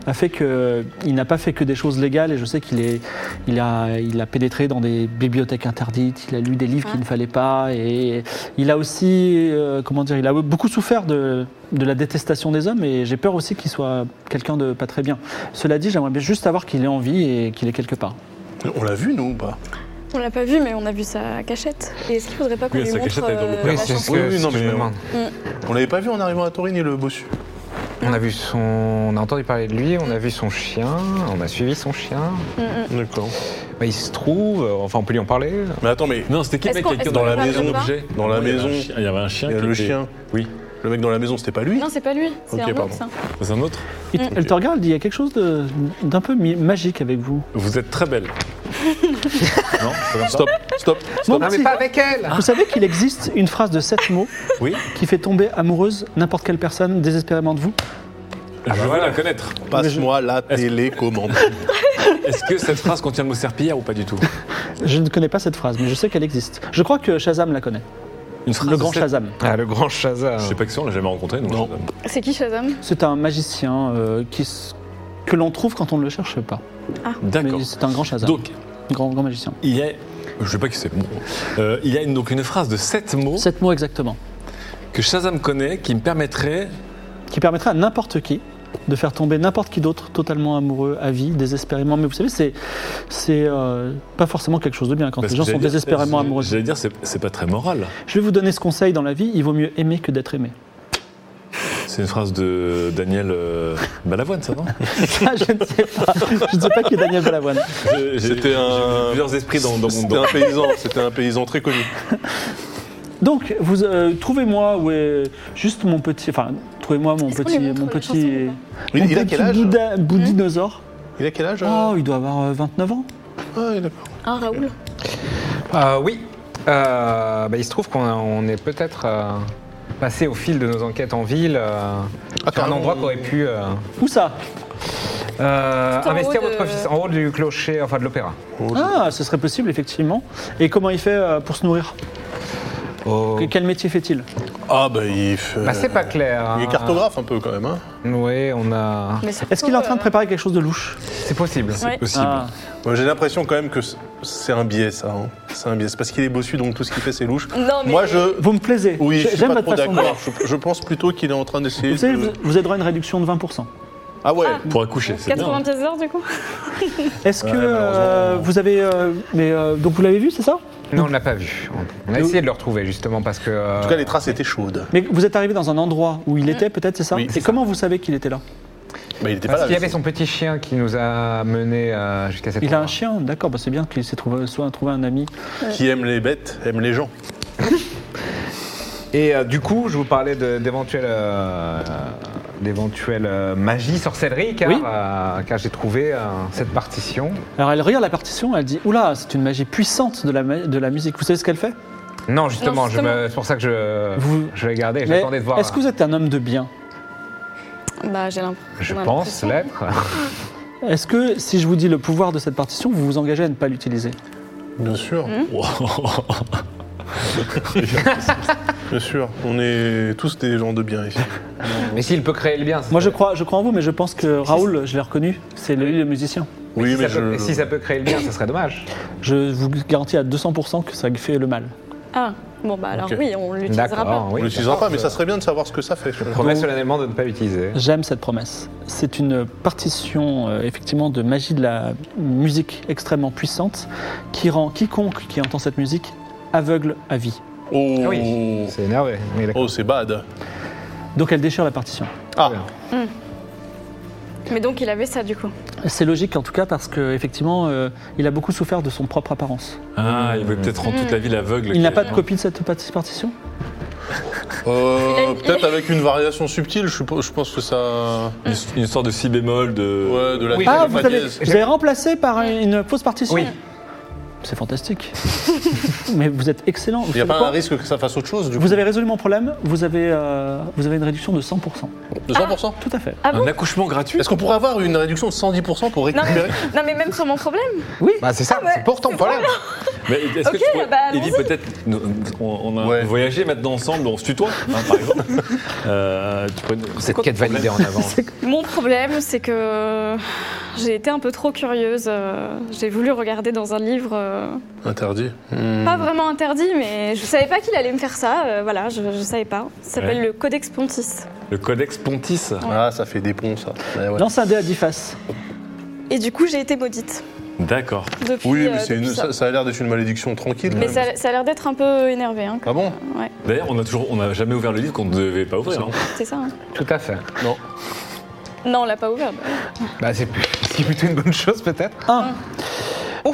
a fait qu'il n'a pas fait que des choses légales. Et je sais qu'il est, il a, il a pénétré dans des bibliothèques interdites. Il a lu des livres qu'il ne fallait pas. Et il a aussi, euh, comment dire, il a beaucoup souffert de, de la détestation des hommes. Et j'ai peur aussi qu'il soit quelqu'un de pas très bien. Cela dit, j'aimerais bien juste savoir qu'il est en vie et qu'il est quelque part.
bah.
On l'a vu, nous, ou pas
On l'a pas vu, mais on a vu sa cachette. Et est-ce qu'il faudrait pas qu'on
Oui,
lui
sa
montre
cachette, elle est dans le
euh,
père.
la
Oui, c'est ce
chambre
que,
Oui, oui,
c'est ce
non,
que je
mais
me
on-
demande.
On l'avait pas vu en arrivant à Torini, le bossu.
On a vu son, on a entendu parler de lui, on a vu son chien, on a suivi son chien.
D'accord.
Bah, il se trouve, euh, enfin on peut lui en parler.
Mais attends, mais
Non, c'était qui le
Est-ce
mec
qu'on-
qui était
est-ce
dans
qu'on
la
peut
maison
parler
d'objets
Dans la
Non, il y avait un
maison.
chien- Il y avait un chien.
il y a
qui
le
était-
chien.
Oui.
Le mec dans la maison, c'était pas lui
Non, c'est pas lui, c'est
Ok,
un autre
pardon.
ça.
C'est un autre
Il- Elle te regarde, elle dit il y a quelque chose de- d'un peu mi- magique avec vous.
Vous êtes très belle. non, c'est comme ça.
Stop, stop,
Mon
stop.
Non,
petit-
mais pas avec elle.
Vous savez qu'il existe une phrase de sept mots
Oui.
Ah
qui fait tomber amoureuse n'importe quelle personne désespérément de vous.
Je veux la connaître.
bah Passe-moi la télécommande.
Est-ce que cette phrase contient le mot serpillière ou pas du tout
Je ne connais pas cette phrase, mais je sais qu'elle existe. Je crois que Shazam la connaît.
Une phrase
Le grand
de cette-
Shazam.
Ah, le grand Shazam.
Je sais pas qui c'est, on l'a jamais rencontré. nous,
Non.
Shazam.
C'est qui Shazam
C'est un magicien euh, qui s- que l'on trouve quand on ne le cherche pas.
D'accord.
Ah, Mais c'est un grand Shazam.
Donc,
grand, grand magicien.
il y a. Je sais pas qui c'est. bon. Euh, il y a une- donc une phrase de sept mots
Sept mots exactement.
que Shazam connaît qui me permettrait.
Qui permettrait à n'importe qui de faire tomber n'importe qui d'autre totalement amoureux à vie, désespérément. Mais vous savez, c'est c'est euh, pas forcément quelque chose de bien quand
Parce
les
que
gens
j'allais
sont
dire-
désespérément amoureux.
J'allais dire, c'est c'est pas très moral.
Je vais vous donner ce conseil dans la vie, il vaut mieux aimer que d'être aimé.
C'est une phrase de Daniel euh, Balavoine, ça, non
Ah, je ne sais pas. Je ne sais pas qui est Daniel Balavoine.
J'ai- j'ai-
C'était un-
j'ai Plusieurs esprits dans, dans mon
C'était
dos.
un paysan, c'était un paysan très connu.
Donc, vous euh, trouvez-moi où est juste mon petit. Enfin, trouvez-moi mon
Est-ce qu'on
petit.
lui montre
Mon
la
petit.
Il,
mon
il a
petit
quel âge
Bouddha- Boudinosaure.
Il a quel âge
Oh,
euh
il doit avoir euh, 29 ans.
Ah, il a-
Ah, Raoul.
Euh, oui. Euh, bah, il se trouve qu'on a- on est peut-être euh, passé au fil de nos enquêtes en ville. euh, sur un
carrément.
endroit qu'aurait pu. euh,
Où ça
Euh,
Tout en
investir
haut de-
votre office en haut du clocher, enfin de l'opéra.
Ah, ce serait possible, effectivement. Et comment il fait euh, pour se nourrir
Oh.
Que- Quel métier fait-il
Ah, bah, il fait.
Bah, c'est pas clair.
Il est cartographe un peu quand même. Hein.
Oui, on a.
Mais
Est-ce qu'il est en
euh,
train de préparer quelque chose de louche
C'est possible.
Ouais.
Possible.
Ah.
Moi, J'ai l'impression quand même que c- c'est un biais, ça. hein. C'est un biais. C'est parce qu'il est bossu, donc tout ce qu'il fait, c'est louche.
Non, mais-
Moi, je.
Vous me plaisez.
Oui, je
J'ai-
suis
J'aime
pas
votre
trop
façon de
d'accord.
voir.
Je, je pense plutôt qu'il est en train d'essayer.
Vous savez, vous,
de-
vous êtes droit à une réduction de 20%.
Ah ouais.
Pour accoucher, c'est bien.
96 heures du coup
Est-ce que
Ouais, malheureusement.
euh, vous avez. euh, mais euh, donc vous l'avez vu, c'est ça
Non, on ne l'a pas vu. On a essayé de le retrouver justement parce que. euh,
En tout cas, les traces étaient chaudes.
Mais vous êtes arrivé dans un endroit où il était, peut-être, c'est ça
Oui,
Et comment vous savez qu'il était là
Mais il était pas
Parce
là.
qu'il y avait son petit chien qui nous a menés euh, jusqu'à cette.
Il a un
endroit.
chien, d'accord, bah c'est bien qu'il s'est trouvé, soit trouvé un ami.
Qui aime les bêtes, aime les gens.
Et euh, du coup, je vous parlais de- d'éventuelles euh, d'éventuelles, euh, magie, sorcellerie, car,
Oui.
euh, car j'ai trouvé euh, cette partition.
Alors elle regarde la partition, elle dit Oula, c'est une magie puissante de la, ma- de la musique. Vous savez ce qu'elle fait
Non, justement,
Non,
je me- c'est pour ça que je,
Vous-
je l'ai gardé.
Mais
J'attendais de voir.
Est-ce que vous êtes un homme de bien
Bah, j'ai l'impression.
Je
on a
pense
l'impression.
l'être.
Est-ce que si je vous dis le pouvoir de cette partition, vous vous engagez à ne pas l'utiliser
Bien sûr.
Wow.
Bien sûr. On est tous des gens de bien ici.
Mais s'il peut créer le bien.
Moi je crois, je crois en vous, mais je pense que Raoul, je l'ai reconnu, c'est lui le musicien.
Mais
Oui,
si
mais
ça peut-
je.
si ça peut créer le bien, ça serait dommage.
Je vous garantis à 200% que ça fait le mal.
Ah, bon, bah alors
Ok.
oui, on l'utilisera pas.
D'accord.
On
Oui,
l'utilisera pas,
d'accord,
mais
je-
ça serait bien de savoir ce que ça fait.
Je promets solennellement de ne pas l'utiliser.
J'aime cette promesse. C'est une partition euh, effectivement de magie de la musique extrêmement puissante qui rend quiconque qui entend cette musique aveugle à vie.
Oh,
Ah oui. C'est énervé. Oui, d'accord.
oh c'est bad.
Donc elle déchire la partition.
Ah,
hein.
Mais donc, il avait ça du coup.
C'est logique en tout cas parce que effectivement euh, il a beaucoup souffert de son propre apparence.
Ah, il veut peut-être rendre toute la ville aveugle.
Il n'a pas de copie de cette parti- partition
Il a
euh,
une-
peut-être avec une variation subtile, je, suppose- je pense que ça.
Une une sorte de si bémol de.
Ouais, de la
Oui,
Ah,
de
vous
la
avez,
dièse.
vous avez remplacé par une fausse partition
Oui.
C'est fantastique. Mais vous êtes excellent. Vous
Il n'y a
savez
pas
quoi
un risque que ça fasse autre chose, du coup
Vous avez résolu mon problème, vous avez, euh, vous avez une réduction de 100%.
De 100%
Tout à fait.
Ah
Un accouchement gratuit
Est-ce qu'on pourrait avoir une réduction de 110% pour
non mais,
récupérer
non, mais même sur mon problème
Bah, c'est ça,
Ah
c'est pour ton problème.
Mais est-ce que
Ok,
tu pourrais-
bah,
Evie,
allons-y.
peut-être, nous- on, on a
Ouais.
voyagé maintenant ensemble, on se tutoie, hein, par exemple. Euh, tu pourrais-
Cette quête validée en avance.
Mon problème, c'est que j'ai été un peu trop curieuse. euh, J'ai voulu regarder dans un livre, euh,
Interdit. Hmm.
pas vraiment interdit, mais je savais pas qu'il allait me faire ça. euh, voilà, je, je savais pas. Ça s'appelle
Ouais.
le Codex Pontis.
Le codex Pontis.
Ah, ça fait des ponts, ça. Eh Ouais, ouais.
Lance un dé à 10 faces.
Et du coup, j'ai été maudite
D'accord.
depuis.
Oui,
euh,
mais c'est
depuis
une-
ça.
ça, ça a l'air d'être une malédiction tranquille.
Mais
quand même.
ça, ça a l'air d'être un peu énervé, hein, quand-
Ah bon
ouais,
D'ailleurs, on a toujours, on n'a jamais ouvert le livre qu'on ne devait pas ouvrir. hein.
c'est ça. hein.
Tout à fait.
Non.
Non, on l'a pas ouvert. bah.
Bah, c'est c'est plutôt une bonne chose, peut-être.
1.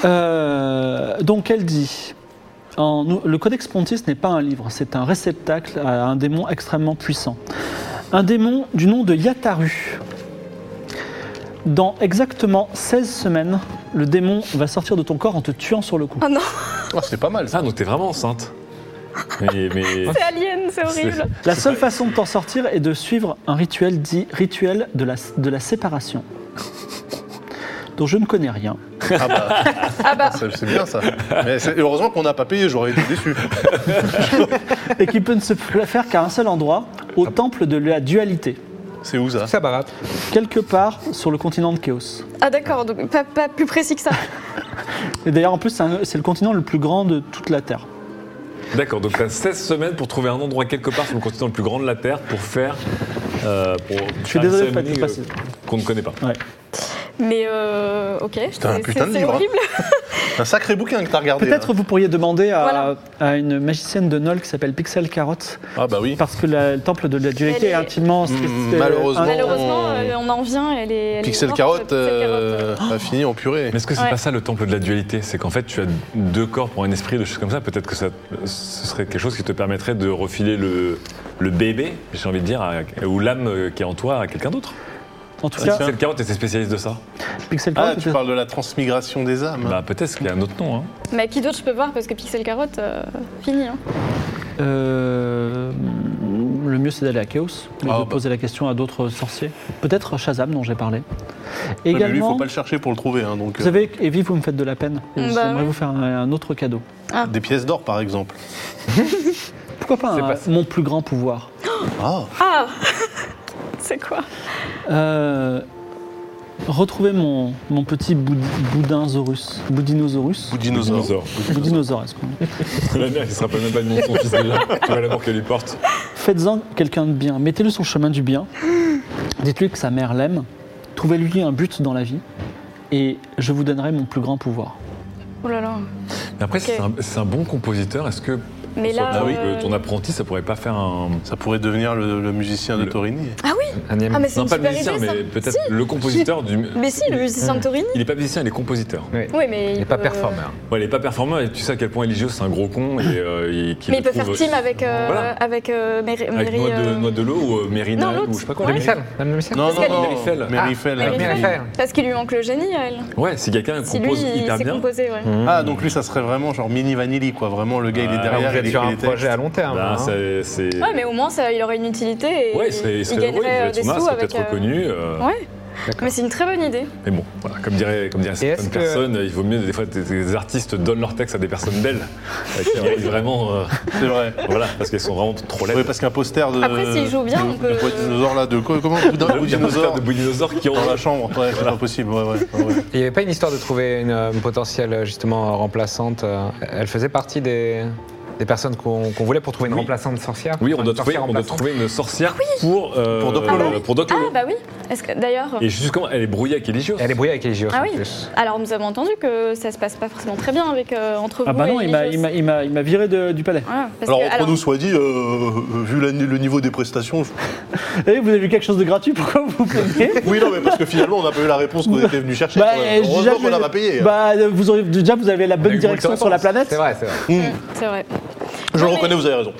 Euh, donc elle dit en- nous- Le Codex Pontis n'est pas un livre, c'est un réceptacle à un démon extrêmement puissant. Un démon du nom de Yataru. Dans exactement 16 semaines, le démon va sortir de ton corps en te tuant sur le cou.
Ah non,
Ah, c'est pas mal, ça.
Ah, donc t'es vraiment enceinte. Mais, mais-
c'est alien, c'est horrible.
La seule façon de t'en sortir est de suivre un rituel dit rituel de la, de la séparation, dont je ne connais rien.
Ah bah,
Ah bah
ça- c'est bien, ça. Mais c'est- heureusement qu'on n'a pas payé, j'aurais été déçu.
et qui peut ne se faire qu'à un seul endroit, au temple de la dualité,
C'est où, ça
Ça barate.
quelque part sur le continent de Chaos.
Ah d'accord, donc pas, pas plus précis que ça.
Et d'ailleurs, en plus, c'est un- c'est le continent le plus grand de toute la Terre.
D'accord, donc t'as 16 semaines pour trouver un endroit quelque part sur le continent le plus grand de la Terre pour faire. euh, pour
Je suis désolé de pas
cérémonie,
être facile.
euh, Qu'on ne connaît pas.
Ouais.
Mais euh, ok, c'est
un putain de
c'est
livre, hein.
horrible.
Un sacré bouquin que t'as regardé.
Peut-être
là.
vous pourriez demander à,
Voilà.
à une magicienne de Nol qui s'appelle Pixel Carotte,
Ah bah oui.
parce que la- le temple de la dualité est...
Elle est-
intimement. Ah
Mm, malheureusement.
Malheureusement, euh, on en vient, elle est. elle est
Pixel
morte,
Carotte
Pixel Carotte.
euh, a fini en purée.
Mais est-ce que c'est
Ouais.
pas ça le temple de la dualité C'est qu'en fait, tu as deux corps pour un esprit, des choses comme ça. Peut-être que ça, ce serait quelque chose qui te permettrait de refiler le, le bébé, j'ai envie de dire, à- ou l'âme qui est en toi à quelqu'un d'autre.
En tout
Si
cas,
c'est le carotte, était spécialiste de ça.
Pixel
Ah,
Carotte.
tu parles de la transmigration des âmes.
Bah peut-être qu'il y a un autre nom. Hein.
Mais qui d'autre je peux voir parce que Pixel Carotte, euh, fini. Hein.
euh, le mieux c'est d'aller à Chaos,
Ah,
mais de poser la question à d'autres sorciers. Peut-être Shazam dont j'ai parlé.
bah. Ouais, mais lui, il faut pas le chercher pour le trouver. hein, donc,
vous
euh,
savez, Evie, vous me faites de la peine.
Bah
J'aimerais
ouais.
vous faire un, un autre cadeau.
euh, Des pièces d'or, par exemple.
Pourquoi pas,
C'est
un-
pas
mon plus grand pouvoir
Ah,
Ah C'est quoi
Euh, Retrouvez mon, mon petit boudi- boudinsaurus. Boudinosaurus
Boudinosaure.
Boudinosaure, est-ce qu'on dit
La mère, il se rappelle même pas de mon son fils déjà. Tu vas l'amour qu'elle lui porte.
Faites-en quelqu'un de bien, mettez-le sur le chemin du bien, dites-lui que sa mère l'aime, trouvez-lui un but dans la vie, et je vous donnerai mon plus grand pouvoir.
Oh là là.
Mais après,
Ok.
c'est un- c'est un, bon compositeur. Est-ce que
Mais
sur-
là,
sur-
euh,
euh, ton apprenti, ça pourrait pas faire un.
ça pourrait devenir le, le musicien de
Le-
Torini.
Ah oui
Un
Ah, mais c'est
Non,
une
pas le
super
musicien,
idée, ça.
mais Mmh. peut-être le compositeur du.
Mais si, le musicien de Torini
Il est pas musicien, il est compositeur.
Oui, mais.
Il n'est
peut- euh,
pas performeur.
Ouais, il est pas performant et tu sais à quel point Eligio c'est un gros con et euh, qu'il
Mais il
le
peut faire
trouve-
team avec. euh,
Voilà.
Avec euh, Mary.
Avec
Mary,
Noix de,
euh,
Noix de l'eau ou euh,
Non,
Mérina
l'autre.
ou je sais pas quoi.
Ouais.
Mérina.
Michel, Madame Michel
Non, non,
qu'elle-
non,
Mérifel.
Mérifel.
Mary
Mary
Fell.
Fell.
Parce qu'il lui manque le génie à elle.
Ouais, si quelqu'un
Si lui,
compose
il
hyper
s'est
bien. Mmh.
composé, ouais.
Ah, donc lui, ça serait vraiment genre mini Vanilli, quoi. Vraiment, le gars, il est
Ah,
Ah,
derrière,
vous
il
êtes sur
écrit
un
les textes.
projet à long terme.
Bah,
hein.
ça- c'est.
Ouais, mais au moins, ça, il aurait une utilité et
Ouais, il serait, il serait heureux, il
gagnerait
devrait
euh,
être
des
humain, il
sous
serait
avec.
peut-être
euh,
reconnu. euh,
Ouais, mais c'est une très bonne idée.
Mais bon, voilà, comme dirait, comme dirait
est-ce
certaines
que-
personnes, il vaut mieux des fois que des artistes donnent leur texte à des personnes belles, euh, qui arrivent vraiment. euh,
C'est vrai.
voilà, parce qu'elles sont vraiment trop
Oui,
laides.
parce qu'un poster de.
Après, s'il joue bien, on peut-
De dinosaure, là, de quoi Comment Boudin-
Il y a un
Boudinosaure
poster de dinosaures
Ah.
qui ont.
dans la chambre. Ouais, c'est pas possible. Ouais, ouais, ouais, ouais.
Il n'y avait pas une histoire de trouver une, euh, une potentielle euh, justement euh, remplaçante. euh, Elle faisait partie des, des personnes qu'on qu'on voulait pour trouver une
Oui.
remplaçante sorcière.
Oui, on
Une
doit,
sorcière
trouver, on doit
remplaçante.
trouver une sorcière pour, euh,
Pour Doc Lolo.
euh, pour Doc
Ah,
Lolo.
bah oui. Est-ce que d'ailleurs.
Et juste comment elle est brouillée avec Eligio.
Elle est brouillée avec les JO.
Ah oui. Alors, nous avons entendu que ça se passe pas forcément très bien avec euh, entre vous.
Ah bah non,
et
il m'a-
Eligios.
il m'a- il m'a il m'a viré de- du palais.
Voilà, parce
Alors,
que-
entre nous, soit dit, euh, vu la- le niveau des prestations. je-
Eh, vous avez vu quelque chose de gratuit, pourquoi vous vous plaignez
Oui, non, mais parce que finalement, on n'a pas eu la réponse qu'on était venu chercher.
Bah,
quand
euh,
même. Heureusement
déjà,
qu'on l'a pas payé. hein.
Bah, euh, vous auriez- déjà, vous avez la bonne direction sur la planète.
C'est vrai, c'est vrai.
C'est vrai.
Je
Non,
le reconnais,
mais-
vous avez raison.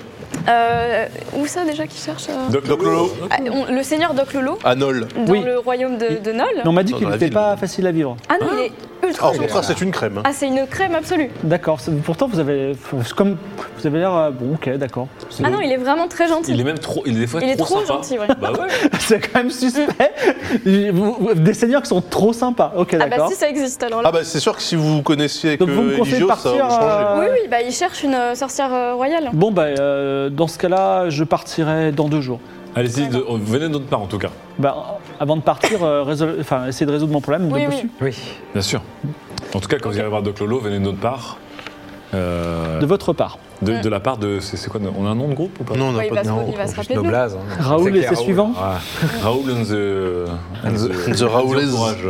Euh, où ça déjà qui cherche euh
Doc
Doc Lolo,
Ah, on- Le seigneur Doc Lolo
à Nol.
dans
Oui.
le royaume de, de Nol.
Mais On m'a dit
Dans
qu'il
la
n'était
ville. hein.
pas facile à vivre.
Ah non, il est ultra
Alors,
chaud.
ça, c'est une crème.
Ah, c'est une crème absolue.
D'accord, c'est- pourtant vous avez c'est comme vous avez l'air euh, bon, ok, d'accord. C'est-
Ah non, il est vraiment très gentil.
Il est même trop. Il est des fois
Il est trop
sympa.
gentil, ouais.
Bah ouais.
C'est quand même suspect. Vous- vous- Des seigneurs qui sont trop sympas. Ok,
Mm. Ah bah
d'accord.
si, ça existe alors là.
Ah, bah, c'est sûr que si vous connaissiez
Donc
que
vous me conseillez de
Eligio, ça
partir.
va changer.
euh,
Oui, oui, bah il cherche une euh, sorcière euh, royale.
Bon bah euh, dans ce cas-là, je partirai dans deux jours.
Allez-y, de- euh, venez de notre part en tout cas.
Bah, avant de partir, euh, résol- enfin, essayer de résoudre mon problème de
Oui,
bossu.
Oui.
Bien sûr. En tout cas, quand vous irez voir Doc Lolo, venez de notre part. Euh,
de votre part.
de, de la part de. C'est c'est quoi On a un nom de groupe ou
euh,
pas
Non, on
Ouais,
n'a
Bah, il
pas
va
de
se-
nom.
il va se rappeler de
Nos
nous.
blazes. hein.
Raoul
C'est
et
qu'il y
ses
a Raoul.
suivants.
Ah, Raoul and the. and
the- the Raoulez.
entourage.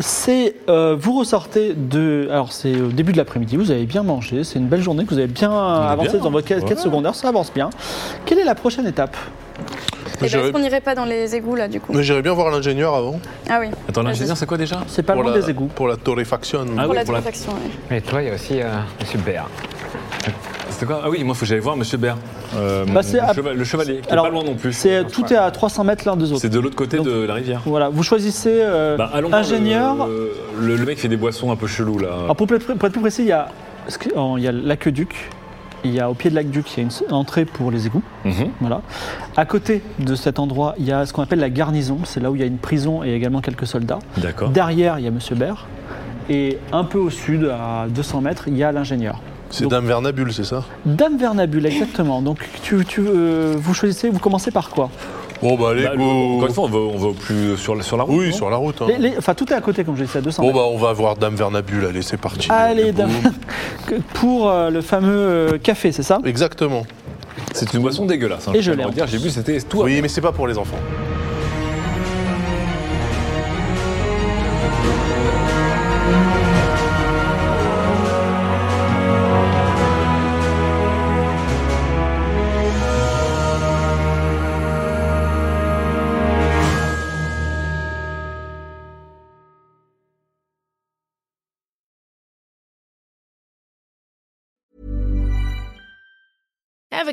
C'est euh, vous ressortez de. Alors c'est au début de l'après-midi. Vous avez bien mangé. C'est une belle journée que vous avez bien avancé
bien,
dans votre quête
ouais.
quête secondaire. Ça avance bien. Quelle est la prochaine étape
Et bah,
J'irais-
est-ce qu'on irait pas dans les égouts là du coup
Mais j'irais bien voir l'ingénieur avant.
Ah oui.
Attends, l'ingénieur, c'est quoi déjà
C'est pas loin
la,
des égouts.
pour la torréfaction.
Ah
pour
oui,
la
pour la-
transaction, ouais.
Et toi, il y a aussi euh, Monsieur Baird.
C'était quoi Ah oui, moi, faut que j'aille voir Monsieur Baird. Euh,
Bah, c'est
le,
à-
cheva- le chevalier, qui est
Alors,
pas loin non plus.
C'est euh, tout est à 300 mètres l'un des autres.
C'est de l'autre côté
Donc-
de la rivière.
Voilà, vous choisissez euh,
Bah, allons voir
ingénieur.
Le, le- le mec qui fait des boissons un peu chelous là.
Alors, pour, être, pour être plus précis, il y a, en- il y a l'aqueduc. Il y a au pied de l'aqueduc, il y a une, une entrée pour les égouts.
Mhm.
Voilà. À côté de cet endroit, il y a ce qu'on appelle la garnison. C'est là où il y a une prison et également quelques soldats.
D'accord.
Derrière, il y a Monsieur Baird. Et un peu au sud, à 200 mètres, il y a l'ingénieur.
C'est
Donc-
Dame Vernabule, c'est ça
Dame Vernabule, exactement. Donc, tu, tu, euh, vous choisissez, vous commencez par quoi
Bon, bah, allez,
Bah, le-
go.
Encore une fois, on va, on va au plus euh, sur, la- sur la route.
Oui,
non
sur la route. hein.
Les- les- Enfin, tout est à côté, comme je disais, à 200
Bon,
mètres.
bah, on va voir Dame Vernabule. Allez, c'est parti.
Allez,
Et boum.
Dame. Pour euh, le fameux euh, café, c'est ça
Exactement.
C'est une boisson dégueulasse. hein,
Et je
peux
l'ai.
le redire. J'ai vu, c'était tout.
Oui, mais c'est pas pour les enfants.
Ever